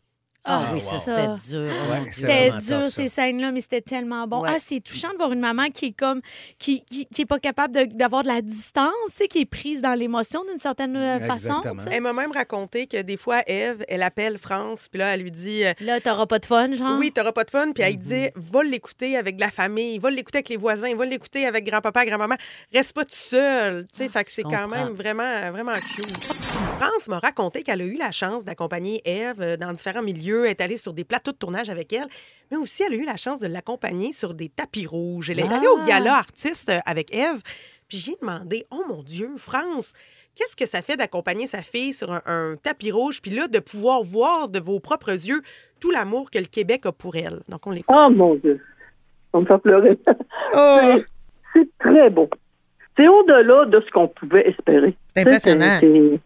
Ah oui, wow. ça, c'était dur. Ouais, c'est C'était vraiment dur, tough, ça. ces scènes-là, mais c'était tellement bon. Ouais. Ah, c'est touchant de voir une maman qui est comme, qui, qui, qui est pas capable de- d'avoir de, la distance, tu sais, qui est prise dans l'émotion d'une certaine euh, façon. Exactement. tu sais. Elle m'a même raconté que des fois, Eve, elle appelle France, puis là, elle lui dit euh, Là, t'auras pas de fun, genre. Oui, t'auras pas de fun. Puis elle dit Va l'écouter avec de la famille, va l'écouter avec les voisins, va l'écouter avec grand-papa, grand-maman. Reste pas tout seul. Tu sais, fait que c'est quand comprends. même vraiment, vraiment cute. France m'a raconté qu'elle a eu la chance d'accompagner Eve euh, dans différents milieux, elle est allée sur des plateaux de tournage avec elle, mais aussi elle a eu la chance de l'accompagner sur des tapis rouges. Elle est allée au gala artiste euh, avec Eve. Puis j'ai demandé Oh mon Dieu, France! Qu'est-ce que ça fait d'accompagner sa fille sur un, un tapis rouge, puis là, de pouvoir voir de vos propres yeux tout l'amour que le Québec a pour elle. Donc, on les Oh mon Dieu! On me fait pleurer. C'est- C'est très beau. C'est au-delà de ce qu'on pouvait espérer. C'est impressionnant. Tu sais, c'est- c'est-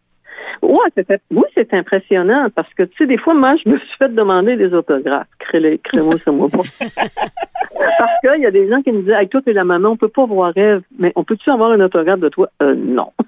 Ouais, c'était- oui, c'est impressionnant parce que, tu sais, des fois, moi, je me suis fait demander des autographes. Crée-les- Crée-moi sur moi pas. Parce qu'il y a des gens qui me disaient, hey, toi, t'es la maman, on peut pas voir rêve, mais on peut-tu avoir un autographe de toi? Euh, non.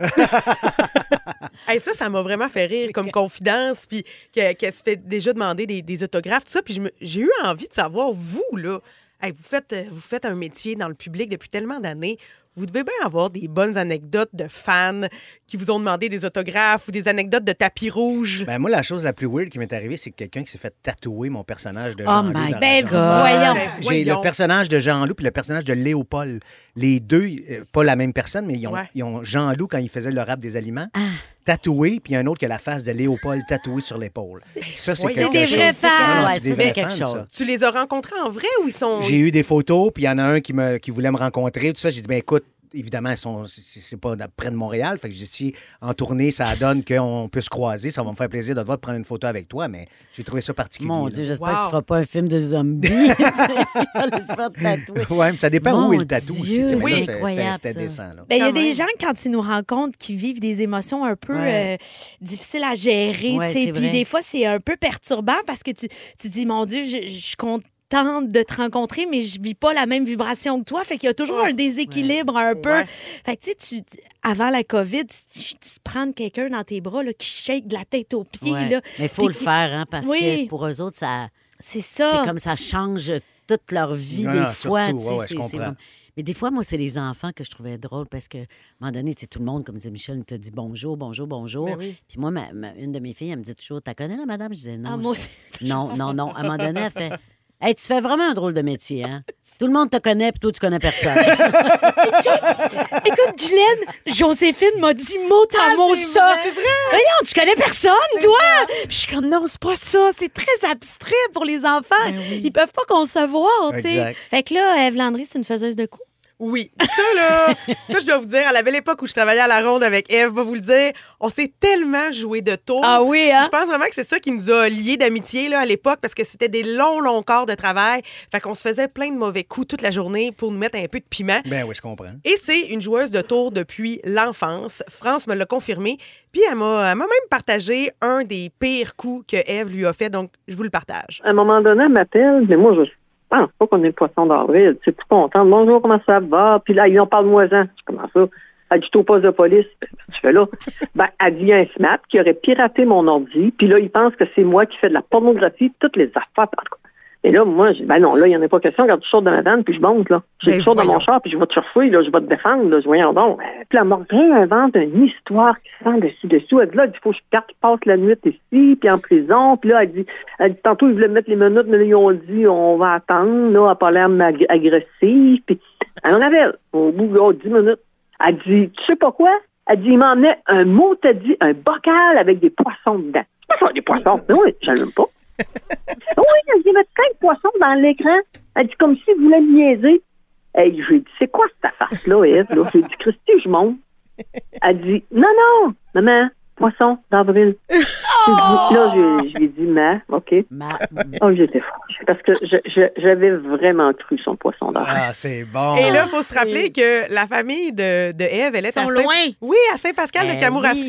Hey, ça, ça m'a vraiment fait rire comme confidence, puis que- qu'elle se fait déjà demander des, des autographes, tout ça. Puis je me- j'ai eu envie de savoir, vous, là, hey, vous, faites, euh, vous faites un métier dans le public depuis tellement d'années. Vous devez bien avoir des bonnes anecdotes de fans qui vous ont demandé des autographes ou des anecdotes de tapis rouge. Ben, moi, la chose la plus weird qui m'est arrivée, c'est quelqu'un qui s'est fait tatouer mon personnage de Oh Jean-Loup. my dans Ben, la- voyons. Ben, J'ai le voyons. personnage de Jean-Loup puis le personnage de Léopold. Les deux, euh, pas la même personne, mais ils ont, Ouais. ils ont Jean-Loup, quand il faisait le rap des aliments, tatoué, puis il y a un autre qui a la face de Léopold tatouée sur l'épaule. Ça, c'est voyons. quelque C'est des chose. vrais fans. Ah non, Ouais, c'est des ça, c'est vrais quelque fans, chose. ça. Tu les as rencontrés en vrai ou ils sont. J'ai eu des photos, puis il y en a un qui, me, qui voulait me rencontrer, tout ça. J'ai dit, ben écoute, évidemment, ils sont- c'est c'est pas près de Montréal. Fait que j'ai dit, si en tournée, ça donne qu'on peut se croiser, ça va me faire plaisir de te voir de prendre une photo avec toi, mais j'ai trouvé ça particulier. Mon Dieu, là. j'espère Wow. que tu feras pas un film de zombies. tu sais, il va aller se faire tatouer. Ouais, mais ça dépend Mon où est le tatou aussi. Dieu, tu sais, mais Oui. ça, c'est c'était- incroyable, C'était ça. décent, là. Ben, il y a Quand des même. gens, quand ils nous rencontrent, qui vivent des émotions un peu Ouais. euh, difficiles à gérer. Ouais, tu sais. c'est Puis vrai. des fois, c'est un peu perturbant parce que tu, tu dis, mon Dieu, je, je suis contente de te rencontrer, mais je vis pas la même vibration que toi. Fait qu'il y a toujours un déséquilibre un peu. Ouais. Fait que, tu sais, tu- avant la COVID, tu, tu- tu prends quelqu'un dans tes bras là, qui shake de la tête aux pieds. Ouais. là. Mais il faut Puis le qui- faire, hein, parce Oui. que pour eux autres, ça, C'est ça. c'est comme ça change toute leur vie Non, des non, fois. surtout, tu sais, ouais, ouais, je c'est- c'est comprends. vraiment- Mais des fois, moi, c'est les enfants que je trouvais drôle parce que, à un moment donné, tu sais, tout le monde, comme disait Michel, te dit bonjour, bonjour, bonjour. Ben oui. Puis moi, ma- ma- une de mes filles, elle me dit toujours, t'as connais la madame? Je disais non. Ah, je moi dis- aussi. non, non, non. À un moment donné, elle fait, hey, tu fais vraiment un drôle de métier, hein? Tout le monde te connaît, puis toi, tu connais personne. Écoute, Guylaine, Joséphine m'a dit mot Ah, Ah, à mot ça. vrai, c'est vrai. Ah, Voyons, tu connais personne, toi. Puis je suis comme, non, c'est pas ça. C'est très abstrait pour les enfants. Ils peuvent pas concevoir, tu sais. Ben Exact. Fait que là, Eve Landry, c'est une faiseuse de coups. Oui, ça là, ça je dois vous dire, à la belle époque où je travaillais à la ronde avec Eve, va vous le dire, on s'est tellement joué de tours. Ah oui, hein? Je pense vraiment que c'est ça qui nous a liés d'amitié là, à l'époque parce que c'était des longs, longs corps de travail. Fait qu'on se faisait plein de mauvais coups toute la journée pour nous mettre un peu de piment. Ben oui, je comprends. Et c'est une joueuse de tour depuis l'enfance. France me l'a confirmé. Puis elle m'a elle m'a même partagé un des pires coups que Eve lui a fait. Donc, je vous le partage. À un moment donné, elle m'appelle, mais moi, je pense pas qu'on est le poisson d'avril. C'est tout content. Bonjour, comment ça va? Puis là, ils en parlent moins en. Je commence ça. Elle dit, je suis au poste de police. Tu fais là. Ben, elle dit, il y a un SMAP qui aurait piraté mon ordi. Puis là, il pense que c'est moi qui fais de la pornographie, toutes les affaires. En tout cas. Et là, moi, je dis, ben non, là, il n'y en a pas question. Regarde, tu sors de ma vanne, puis je monte, là. Je Ben, sors de mon voyons. char, puis je vais te surfouiller, là, je vais te défendre, là, je voyons donc. Puis la Morgan invente une histoire qui se sent dessus-dessous. Elle dit, là, il faut que je parte, passe la nuit ici, puis en prison. Puis là, elle dit, elle dit, tantôt, ils voulaient mettre les minutes, mais là, ils ont dit, on va attendre, là, elle a pas l'air mag- agressive. Puis elle en avait, au bout de oh, 10 minutes. Elle dit, tu sais pas quoi? Elle dit, il m'emmenait un mot, t'as dit, un bocal avec des poissons dedans. C'est pas ça, des poissons. Mais oui, je l'aime pas. Oui, elle dit, il y avait plein de poissons dans l'écran. Elle dit, comme s'il voulait me niaiser. Hey, j'ai dit, c'est quoi cette face-là, Eve? Là? J'ai dit, Christy, je monte. Elle dit, non, non, maman, poisson d'avril. dit- là, j'ai- je lui ai dit, ma, OK. Oh, j'étais franche. Parce que je- je- j'avais vraiment cru son poisson d'or. Ah, c'est bon. Et là, il faut se rappeler que la famille de, de Ève, elle est Ils à sont Saint- loin. Oui, à Saint-Pascal Eh de Kamouraska.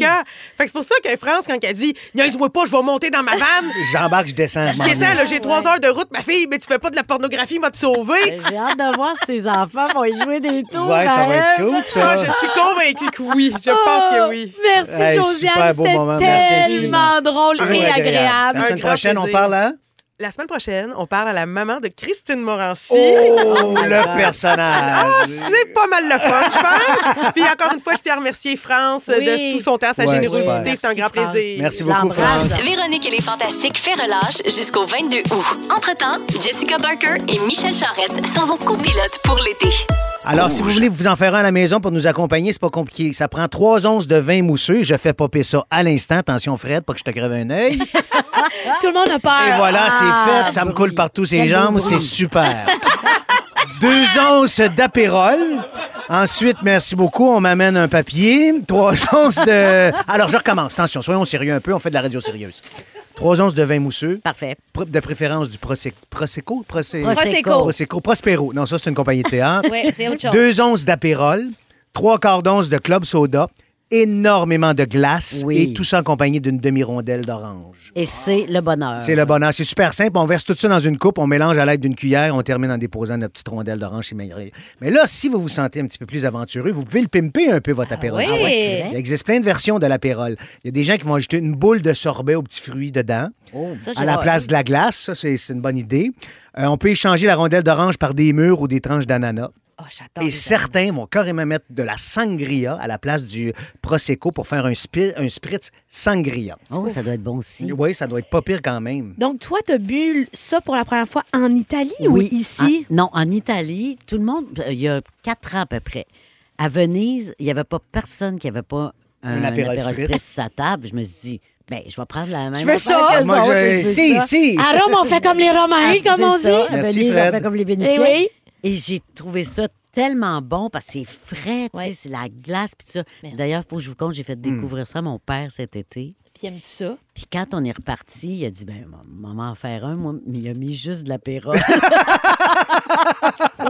Fait que c'est pour ça que France, quand elle dit « Niaise-moi pas, je vais monter dans ma vanne », J'embarque, je descends. je m'en vais. descends, là, j'ai trois heures de route, ma fille, mais tu fais pas de la pornographie, m'a te sauver. Ben, J'ai hâte de voir si ses enfants vont y jouer des tours. Ouais, ça va à être elle. cool, Ah, ça. je suis convaincue que oui. Je pense que oui. Merci, Hey, Josiane. super beau C'était moment. Ah, Merci tellement infiniment. drôle et Toujours agréable. La Un semaine grand prochaine, on plaisir. parle hein? à... La semaine prochaine, on parle à la maman de Christine Morancy. Oh, le personnage. C'est pas mal le fun, je pense. Puis encore une fois, je tiens à remercier France Oui. de tout son temps, sa Ouais, générosité. super. C'est un grand Merci, France. plaisir. Merci Je beaucoup, l'embrasse. Franck. Véronique et les Fantastiques fait relâche jusqu'au 22 août. Entre-temps, Jessica Barker et Michel Charette sont vos copilotes pour l'été. Alors, si vous voulez vous en faire un à la maison pour nous accompagner, c'est pas compliqué. Ça prend trois onces de vin mousseux. Je fais popper ça à l'instant. Attention, Fred, pas que je te crève un œil. Tout le monde a peur. Ah. Et voilà, c'est fait. Ça me Ah, bruit. coule partout ces Quel beau jambes. bruit. C'est super. Deux onces d'apérole. Ensuite, merci beaucoup. On m'amène un papier. Trois onces de. Alors, je recommence. Attention, soyons sérieux un peu. On fait de la radio sérieuse. Trois onces de vin mousseux. Parfait. Pr- De préférence du Prosec- Prosecco. Prosecco. Prosecco. Prosecco. Prospero. Non, ça, c'est une compagnie de théâtre. Oui, c'est autre chose. Deux onces d'apérole, trois quarts d'once de club soda, énormément de glace Oui. et tout ça en compagnie d'une demi-rondelle Ah. d'orange. Et c'est le bonheur. C'est le bonheur. C'est super simple. On verse tout ça dans une coupe, on mélange à l'aide d'une cuillère, on termine en déposant notre petite rondelle d'orange chez Maigret. Mais là, si vous vous sentez un petit peu plus aventureux, vous pouvez le pimper un peu, votre apérole. oui. Ah ouais, c'est vrai. Il existe plein de versions de l'apérole. Il y a des gens qui vont ajouter une boule de sorbet aux petits fruits dedans Oh. Ça, j'ai à la hâte. place de la glace. Ça, c'est c'est une bonne idée. Euh, on peut échanger la rondelle d'orange par des murs ou des tranches d'ananas. Oh, j'adore Et les certains vont carrément mettre de la sangria à la place du prosecco pour faire un, spi- un spritz sangria. Oh, ça doit être bon aussi. Oui, ça doit être pas pire quand même. Donc, toi, t'as bu ça pour la première fois en Italie ou ici? En- non, en Italie, tout le monde, euh, il y a quatre ans à peu près, à Venise, il n'y avait pas personne qui n'avait pas un, Un apéro apéro spritz. spritz sur sa table. Je me suis dit, ben, je vais prendre la même. veux ça. affaire qu'eux Ah. Moi, autres, je- veux si, ça. si. À Rome, on fait comme les Romains, Ah, comme on c'est ça. dit. À Merci, Venise, on Fred. fait comme les Eh Vénitiens. oui. Et j'ai trouvé ça tellement bon parce que c'est frais, tu sais, Ouais. c'est la glace, puis tout ça. D'ailleurs, faut que je vous compte, j'ai Hmm. fait découvrir ça à mon père cet été. Puis, aimes-tu ça? Puis quand on est reparti, il a dit, ben, maman, en faire un, moi, mais il a mis juste de l'apéro.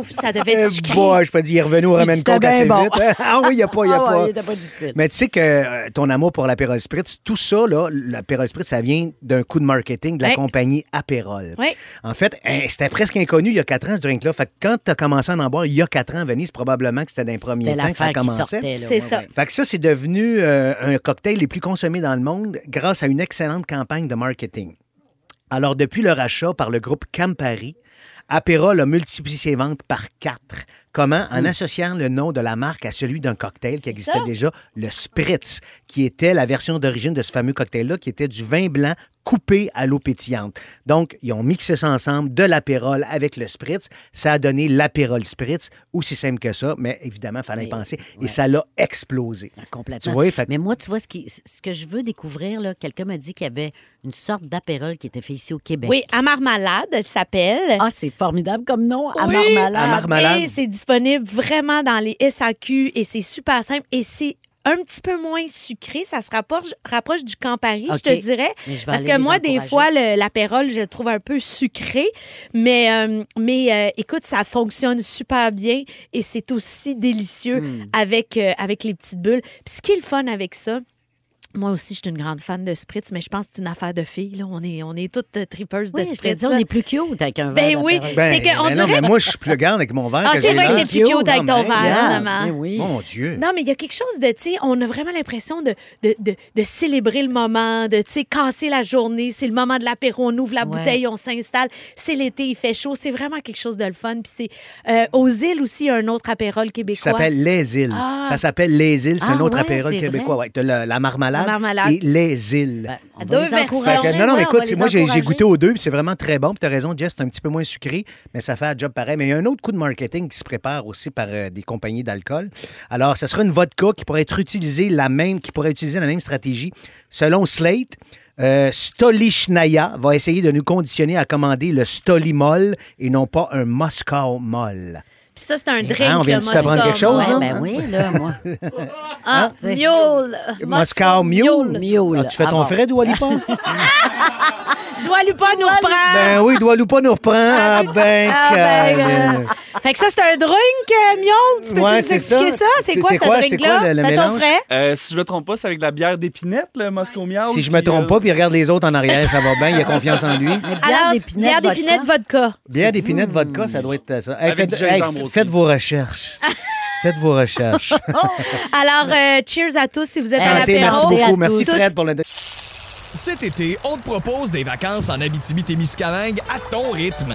Ouf, ça devait être Eh sucré. boy, je peux dire, revenu au ramène c'était coke bien assez bon. vite. ah oui, il n'y a pas, il a Ah ouais, pas. il était pas difficile. Mais tu sais que euh, ton amour pour l'apérole spritz, tout ça, là, l'apérole spritz, ça vient d'un coup de marketing de la Ouais. compagnie Apérole. Ouais. En fait, hein, c'était presque inconnu il y a quatre ans, ce drink-là. Fait que quand tu as commencé à en boire il y a quatre ans à Venise, probablement que c'était d'un premier C'était temps que ça l'affaire qui commençait. sortait. là, C'est ouais, ça. ouais. Fait que ça, c'est devenu euh, un cocktail les plus consommés dans le monde grâce à une excellente campagne de marketing. Alors, depuis leur achat par le groupe Campari, Aperol a multiplié ses ventes par quatre. Comment? En Hmm. associant le nom de la marque à celui d'un cocktail qui existait déjà, le Spritz, qui était la version d'origine de ce fameux cocktail-là, qui était du vin blanc coupé à l'eau pétillante. Donc, ils ont mixé ça ensemble, de l'apérole avec le Spritz. Ça a donné l'apérole Spritz, aussi simple que ça, mais évidemment, il fallait y Mais, penser. ouais. Et ça l'a explosé. Ah, Complètement. Tu vois, fait que- Mais moi, tu vois, ce, qui, ce que je veux découvrir, là, quelqu'un m'a dit qu'il y avait une sorte d'apérole qui était fait ici au Québec. Oui, à Marmalade, elle s'appelle. Ah, c'est formidable comme nom, à Oui. Ah, Marmalade. À Marmalade. Et c'est disponible vraiment dans les SAQ et c'est super simple et c'est un petit peu moins sucré. Ça se rapproche, rapproche du Campari, OK. je te dirais. Mais je vais Parce aller que les moi, des encourager. fois, le- l'apérole, je le trouve un peu sucré. Mais, euh, mais euh, écoute, ça fonctionne super bien et c'est aussi délicieux Hmm. avec, euh, avec les petites bulles. Puis ce qui est le fun avec ça, moi aussi, je suis une grande fan de Spritz, mais je pense que c'est une affaire de filles. Là. On, est, on est toutes euh, tripeuses Oui, de je te Spritz. dis, on là. est plus cute avec un Ben verre oui. d'apérole. C'est que on non, dirait- mais moi, je suis plus grande avec mon verre. Ah, que c'est j'ai vrai que là. t'es plus cute avec ton Non, Ah, ben, mais- verre, regarde, maman. mais Ben oui. Mon Dieu. Non, mais il y a quelque chose de, tu sais, on a vraiment l'impression de, de, de, de célébrer le moment, de, tu sais, casser la journée. C'est le moment de l'apéro, on ouvre la Ouais. bouteille, on s'installe. C'est l'été, il fait chaud. C'est vraiment quelque chose de le fun. Puis c'est euh, aux îles aussi, il y a un autre apérole Ça québécois. s'appelle Les Îles. Ah. Ça s'appelle Les Îles. C'est Ah un autre ouais, apérole c'est québécois. vrai. Ouais, t'as le- la marmalade, La marmalade. et Les Îles. Ben, on À va deux les versions. Fait que- non, non, encourager. ouais, mais on écoute, va c'est- les moi, j'ai j'ai encourager. goûté aux deux, puis c'est vraiment très bon. Puis t'as raison, Jess, c'est un petit peu moins sucré, mais ça fait un job pareil. Mais il y a un autre coup de marketing qui se prépare aussi par euh, des compagnies d'alcool. Alors, ce sera une vodka qui pourrait être utilisée la même, qui pourrait utiliser la même stratégie. Selon Slate, euh, Stolichnaya va essayer de nous conditionner à commander le Stolimol et non pas un Moscow Mol. Puis Puis ça, c'est un drink. Hein, on vient vient-tu t'apprendre quelque chose, hein? là? Ben oui, là, moi. Ah, c'est- miaule. Moscow Mule. Mule. Ah, tu fais Ah ton bon. Fred ou Alipa? Dois lui pas nous reprendre. Ah. ben oui, doit pas nous reprend. Ah ben, Ah, ben, Colin. euh, Fait que ça, c'est un drink, euh, miaule. Tu peux-tu Ouais, nous c'est ça. expliquer ça? C'est C'est- quoi c'est ce quoi- c'est quoi drink-là? le- le Fais ton mélange? frais. Euh, si je me trompe pas, c'est avec de la bière d'épinette, le Moscow Mule. Si je me puis, trompe euh, pas, puis regarde les autres en arrière, ça va bien, il a confiance en lui. Alors, Bière d'épinette. bière d'épinette, vodka. vodka. Bière d'épinette, vodka, ça doit être ça. Hey, Avec faites, du gingembre hey, aussi. faites vos recherches. faites vos recherches. Oh. Alors, euh, cheers à tous si vous Eh, êtes à Santé, l'apéro. merci à beaucoup. tous. Merci Tous- Fred pour le... Cet été, on te propose des vacances en Abitibi-Témiscamingue à ton rythme.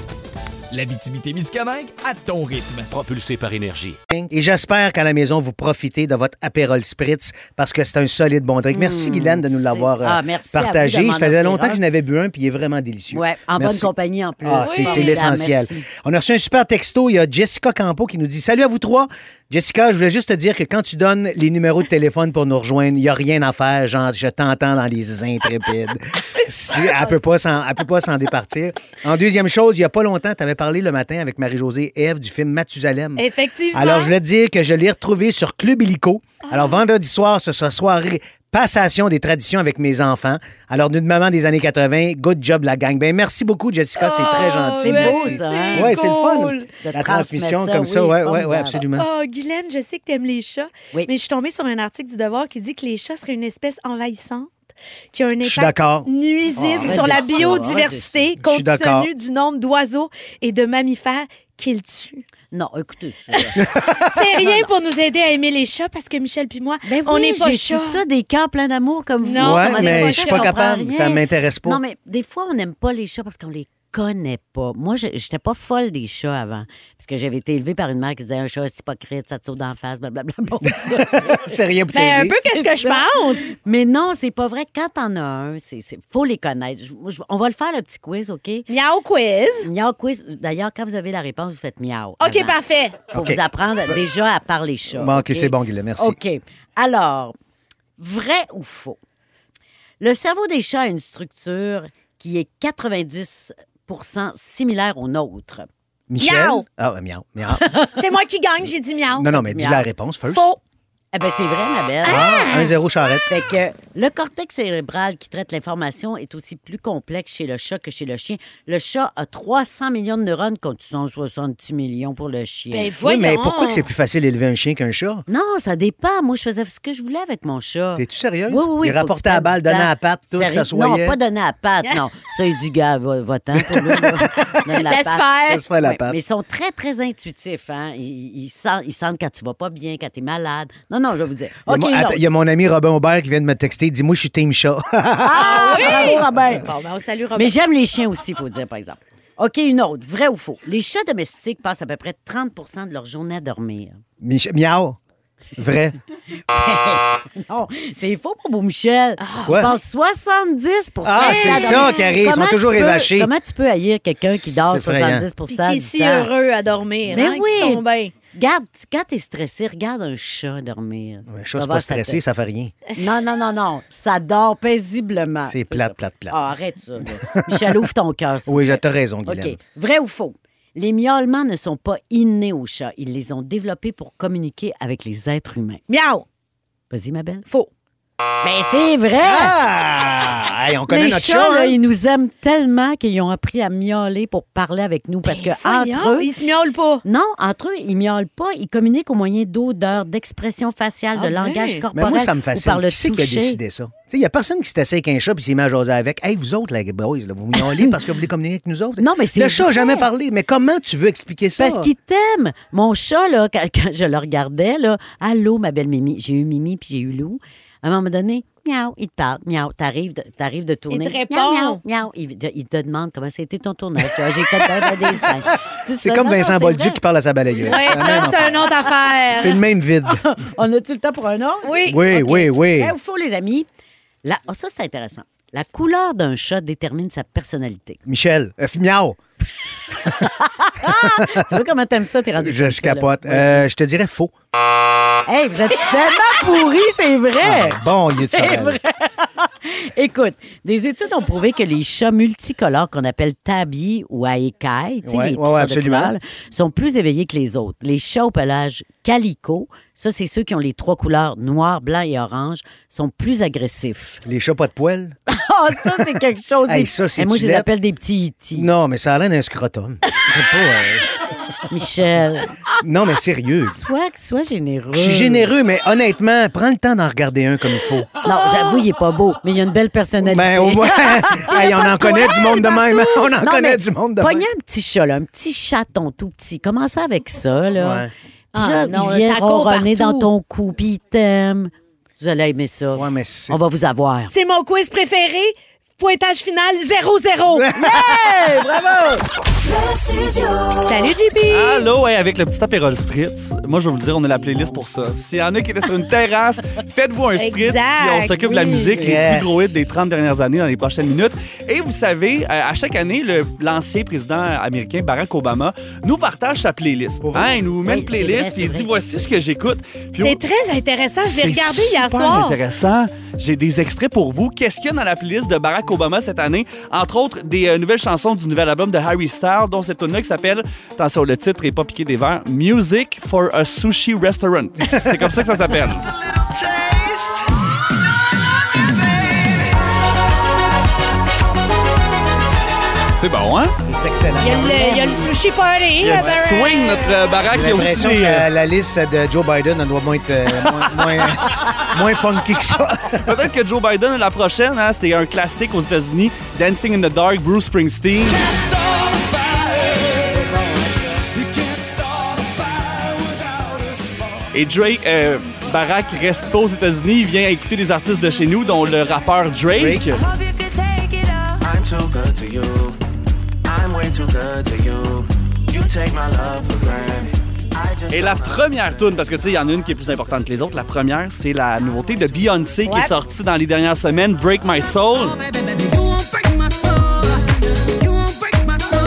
L'Abitibi-Témiscamingue à ton rythme. Propulsé par énergie. Et j'espère qu'à la maison, vous profitez de votre Aperol Spritz parce que c'est un solide bon drink. Merci, Guylaine, de nous l'avoir euh, Mm, Ah, merci à vous de partagé. Ça m'en faisait offrir longtemps un. que je n'avais bu un, puis il est vraiment délicieux. Ouais, en bonne Merci. compagnie en plus. Ah, c'est- Oui. c'est Formidable, l'essentiel. merci. On a reçu un super texto. Il y a Jessica Campo qui nous dit Salut à vous trois. Jessica, je voulais juste te dire que quand tu donnes les numéros de téléphone pour nous rejoindre, il n'y a rien à faire. Genre, je t'entends dans les intrépides. Si- elle ne peut pas s'en elle peut pas s'en départir. En deuxième chose, il n'y a pas longtemps, tu avais parlé le matin avec Marie-Josée Eve du film Mathusalem. Effectivement. Alors, je voulais te dire que je l'ai retrouvé sur Club Illico. Alors, Ah. vendredi soir, ce sera soirée passation des traditions avec mes enfants. Alors, d'une maman des années 80, good job, la gang. Ben, merci beaucoup, Jessica. C'est Oh, très gentil. Oh, c'est beau, Merci. ça, hein? Ouais, c'est le fun. cool. De La transmettre transmission ça, comme oui, ça, c'est ouais, ouais, ouais, formidable. absolument. Oh, Guylaine, je sais que t'aimes les chats, Oui. mais je suis tombée sur un article du Devoir qui dit que les chats seraient une espèce envahissante qui a un Je suis impact d'accord. nuisible Ah, sur arrête la de ça, biodiversité ça. Je suis compte d'accord. tenu du nombre d'oiseaux et de mammifères qu'ils tuent. Non, écoutez ça. C'est rien pour nous aider à aimer les chats parce que Michel puis moi, Ben on oui, n'est pas j'ai chats. su ça des cœurs pleins d'amour comme vous. Non, ouais, comment Comment mais c'est je suis ça, pas comprends capable. rien. Ça m'intéresse pas. Non, mais des fois, on n'aime pas les chats parce qu'on les connaît pas. Moi, je n'étais pas folle des chats avant. Parce que j'avais été élevée par une mère qui disait un chat, c'est hypocrite, ça te saute d'en face, blablabla. Bon, ça, ça. C'est rien pour Ben, un t'aider. peu qu'est-ce que je pense. Mais non, c'est pas vrai. Quand t'en as un, il faut les connaître. Je- je- on va le faire, le petit quiz, OK? Miaou quiz. Miau quiz. D'ailleurs, quand vous avez la réponse, vous faites miau. OK, avant, parfait. Pour OK. vous apprendre déjà à parler chat. Bon, OK, c'est bon, Guillaume, merci. OK. Alors, vrai ou faux? Le cerveau des chats a une structure qui est 90 similaire au nôtre. Michel? Miaou. Ah, ouais, miaou, miaou. C'est moi qui gagne, j'ai dit miaou. Non, non, mais dis Miaou. la réponse first. Faux. Eh bien, c'est vrai, ma belle. Ah, 1-0 charrette. Fait que le cortex cérébral qui traite l'information est aussi plus complexe chez le chat que chez le chien. Le chat a 300 millions de neurones contre 170 millions pour le chien. Ben, Oui, voyons. mais pourquoi que c'est plus facile d'élever un chien qu'un chat? Non, ça dépend. Moi, je faisais ce que je voulais avec mon chat. T'es-tu sérieuse? Ah. Oui, oui, oui. Il faut que tu rapportait à prennes balle, du donnait temps. à patte, tout, Sérieux? ça Non, soyait. pas donné à patte, non. Ça, il dit, gars, va- va-t'en. va la Laisse patte. faire. Laisse faire la Ouais, patte. Mais ils sont très, très intuitifs. Hein? Ils, ils sentent, ils sentent quand tu vas pas bien, quand tu es malade. Non, non, je vais vous Il dire. y a OK, mon- attends, l'autre. il y a mon ami Robin Aubert qui vient de me texter. Il dit Moi, je suis Team Chat. Ah, bravo, Robert. Bon, ben, on salue Robert. Mais j'aime les chiens aussi, il faut dire, par exemple. OK, une autre. Vrai ou faux? Les chats domestiques passent à peu près 30 de leur journée à dormir. Mich- Miaou. Vrai. Non, c'est faux, mon beau Michel. Quoi? On pense 70 Ah, c'est de la ça journée. qui arrive, ils sont Comment toujours tu peux- évachés. Comment tu peux haïr quelqu'un qui dort C'est effrayant. 70 Puis qui est du si temps? heureux à dormir. Mais hein, qui oui. sont bien. Regarde, quand t'es stressé, regarde un chat dormir. Un Tu chat, vas c'est voir, pas ça te- stressé, ça fait rien. Non, non, non, non. Ça dort paisiblement. C'est plate, plate, plate. Ah, arrête ça. là. Michel, ouvre ton cœur. s'il Oui, vous j'ai plaît. t'as raison, Guylaine. Ah. OK. Vrai ou faux? Les miaulements ne sont pas innés aux chats. Ils les ont développés pour communiquer avec les êtres humains. Miaou. Vas-y, ma belle. Faux. Mais c'est vrai! Ah! Hey, on connaît les notre chats, chat. là, hein? ils nous aiment tellement qu'ils ont appris à miauler pour parler avec nous. Parce que entre eux, Ben, Ils se miaulent pas. non, entre eux, ils miaulent pas. Ils communiquent au moyen d'odeurs, d'expressions faciales, Ah de langage ouais. Mais corporel. moi, ça me ou par fascine. le Qui c'est qui a toucher. décidé ça? Il n'y a personne qui s'est assis avec un chat puis s'est mis à jaser avec. Hey, vous autres, là, boys, là, vous miaulez parce que vous voulez communiquer avec nous autres. Non, mais c'est Le chat n'a vrai. jamais parlé. Mais comment tu veux expliquer ça? Parce qu'il t'aime. Mon chat, là, quand, quand je le regardais, là, allô, ma belle Mimi. J'ai eu Mimi puis j'ai eu Lou. À un moment donné, miaou, il te parle, miaou. T'arrives de, t'arrives de tourner. Il te Miaou, répond. miaou, miaou. Il, te- il te demande comment c'était ton tournage. Tu vois, J'ai fait bien des scènes. Tout C'est ça. comme Non, non, Vincent c'est Bolduc vrai. qui parle à sa balayeuse. Oui, ça, c'est une autre affaire. C'est le même vide. On a-tu le temps pour un autre? Oui. Oui, OK. oui, oui. Vrai ou faux, les amis? Là, oh, ça, c'est intéressant. La couleur d'un chat détermine sa personnalité. Michel, euh, miaou. tu vois comment t'aimes ça, t'es rendu Je, comme je ça, là. capote. Euh, je te dirais faux. Hey, vous êtes tellement pourris, c'est vrai. Ah, bon, il est de C'est Sorel. vrai. Écoute, des études ont prouvé que les chats multicolores qu'on appelle tabi ou aekai, tu sais, Ouais, ouais, les toutes sortes ouais, de absolument. couleurs, là, sont plus éveillés que les autres. Les chats au pelage calico, ça c'est ceux qui ont les trois couleurs noir, blanc et orange, sont plus agressifs. Les chats pas de poils. Ah, ça c'est quelque chose. Hey, des- ça, c'est Et moi je les Tulette. appelle des petits E itis. Non, mais ça a l'air d'un scrotum. Je sais pas, euh, Michel, Non, mais sérieux. sois, sois généreux. Je suis généreux, mais honnêtement, prends le temps d'en regarder un comme il faut. Non, j'avoue, il est pas beau, mais il a une belle personnalité. Ben, au moins, hey, on en connaît du monde de même. On en Non, connaît mais du monde de même. Pognez un petit chat, là, un petit chaton tout petit. Commencez avec ça, là. Ouais. Puis Ah, là, non, il vient ça court ronronner dans partout. ton cou, puis il t'aime. Vous allez aimer ça. Ouais, mais c'est- On va vous avoir. C'est mon quiz préféré. Pointage final 0-0. Hey, bravo! Salut, JP. Allô, ouais, avec le petit apérol spritz. Moi, je vais vous le dire, on a la playlist pour ça. S'il y en a qui étaient sur une terrasse, faites-vous un spritz. Exact, puis on s'occupe de la oui. musique, les Yes. plus gros hits des 30 dernières années dans les prochaines minutes. Et vous savez, euh, à chaque année, le- l'ancien président américain Barack Obama nous partage sa playlist. Hein, il nous met Oui, une c'est vrai, playlist, c'est puis il vrai. dit voici ce que j'écoute. Puis C'est très intéressant. Je l'ai regardé hier super soir. intéressant. J'ai des extraits pour vous. Qu'est-ce qu'il y a dans la playlist de Barack Obama cette année? Entre autres, des euh, nouvelles chansons du nouvel album de Harry Styles, dont cette tune-là qui s'appelle, attention, le titre est pas piqué des verres, Music for a Sushi Restaurant. C'est comme ça que ça s'appelle. C'est bon, hein? C'est excellent. Il y, a le, il y a le sushi party. Il y a là, du ben, swing, notre euh, Barack. J'ai Il y a aussi l'impression des, que euh, la, la liste de Joe Biden, elle doit moins être euh, moins, moins- moins funky que ça. Peut-être que Joe Biden, la prochaine, hein, c'est un classique aux États-Unis, Dancing in the Dark, Bruce Springsteen. Et Drake, euh, Barack reste pas aux États-Unis, il vient écouter des artistes de chez nous, dont le rappeur Drake. I'm too good to you. I'm way too good to you. You take my love for granted. I just Et la première tune, parce que tu sais, il y en a une qui est plus importante que les autres, la première, c'est la nouveauté de Beyoncé qui est sortie dans les dernières semaines, Break My Soul. Oh,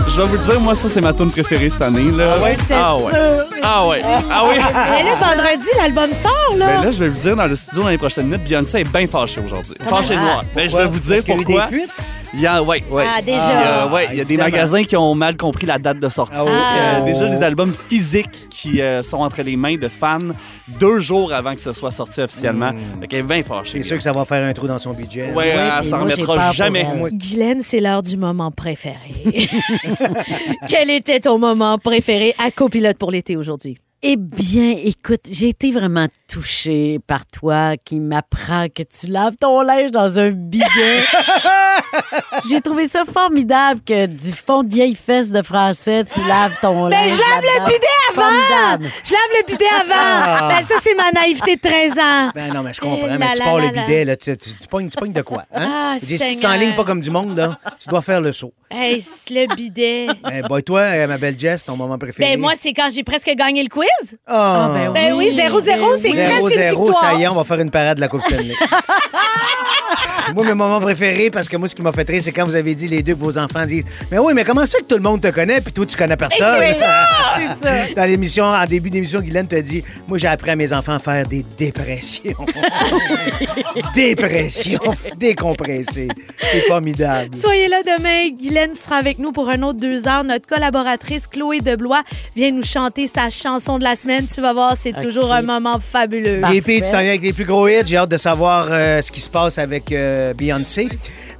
Je vais vous le dire, moi, ça, c'est ma tune préférée cette année. Là. Ouais, j'étais ah ouais. sûre. Ah ouais. Ah oui. Mais là, vendredi, l'album sort, là. Ben là, je vais vous dire, dans le studio dans les prochaines minutes, Beyoncé est bien fâchée aujourd'hui. Fâchée ça? noire. Ben, je vais vous dire Parce qu'il y a eu pourquoi. des fuites? Il y a, ouais, ouais. Ah, déjà. Il y a, ouais, Ah, il y a des évidemment. magasins qui ont mal compris la date de sortie. Ah oui. Euh, Ah. déjà, les albums physiques qui euh, sont entre les mains de fans deux jours avant que ce soit sorti officiellement. Fait qu'elle est bien fâchée. Mm. C'est sûr que ça va faire un trou dans son budget. Ouais, Ouais, elle puis s'en moi, j'ai remettra peur pour jamais. elle. Moi, Guylaine, c'est l'heure du moment préféré. Quel était ton moment préféré à copilote pour l'été aujourd'hui? Eh bien, écoute, j'ai été vraiment touchée par toi qui m'apprend que tu laves ton linge dans un bidet. j'ai trouvé ça formidable que du fond de vieille fesse de français, tu laves Ben, ton linge. je lave là-dedans. le bidet avant! Formidable. Ah. Je lave le bidet avant! Ben, ça, c'est ma naïveté de 13 ans. Ben non, mais je Eh comprends. là mais tu là pars là le là. bidet, là, tu, tu, tu pognes, tu pognes de quoi? Hein? Ah, Je veux dire, si tu Seigneur. en ligne pas comme du monde, là, tu dois faire le saut. Hey, c'est le bidet. Eh, boy, toi, euh, ma belle Jess, ton moment préféré. Ben, moi, c'est quand j'ai presque gagné le quiz. Ah, Ben oui, 0-0, c'est presque une 0-0, victoire. ça y est, on va faire une parade de la Coupe Stanley. moi, mon moment préféré, parce que moi, ce qui m'a fait rire, c'est quand vous avez dit les deux que vos enfants disent Mais oui, mais comment ça fait que tout le monde te connaît, puis toi, tu connais personne? C'est ça. Dans l'émission, en début d'émission, Guylaine t'a dit Moi, j'ai appris à mes enfants à faire des dépressions. dépressions, décompressées. C'est formidable. Soyez là demain. Guylaine sera avec nous pour un autre deux heures. Notre collaboratrice Chloé Deblois vient nous chanter sa chanson de la semaine. Tu vas voir, c'est toujours un moment fabuleux. JP, tu t'en viens avec les plus gros hits. J'ai hâte de savoir euh, ce qui se passe avec euh, Beyoncé.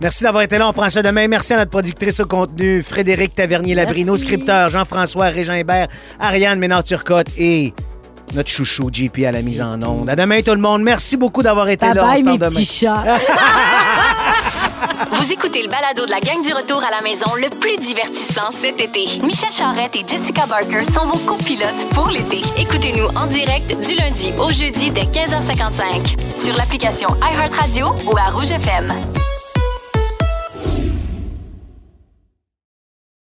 Merci d'avoir été là. On prend ça demain. Merci à notre productrice au contenu, Frédéric Tavernier-Labrino, Merci. scripteur, Jean-François Régin Hébert, Ariane Ménard-Turcotte et notre chouchou JP à la mise en onde. À demain, tout le monde. Merci beaucoup d'avoir été Bye là. On se bye, parle mes demain. petits chats. Vous écoutez le balado de la gang du retour à la maison le plus divertissant cet été. Michel Charrette et Jessica Barker sont vos copilotes pour l'été. Écoutez-nous en direct du lundi au jeudi dès 15h55 sur l'application iHeartRadio ou à Rouge FM.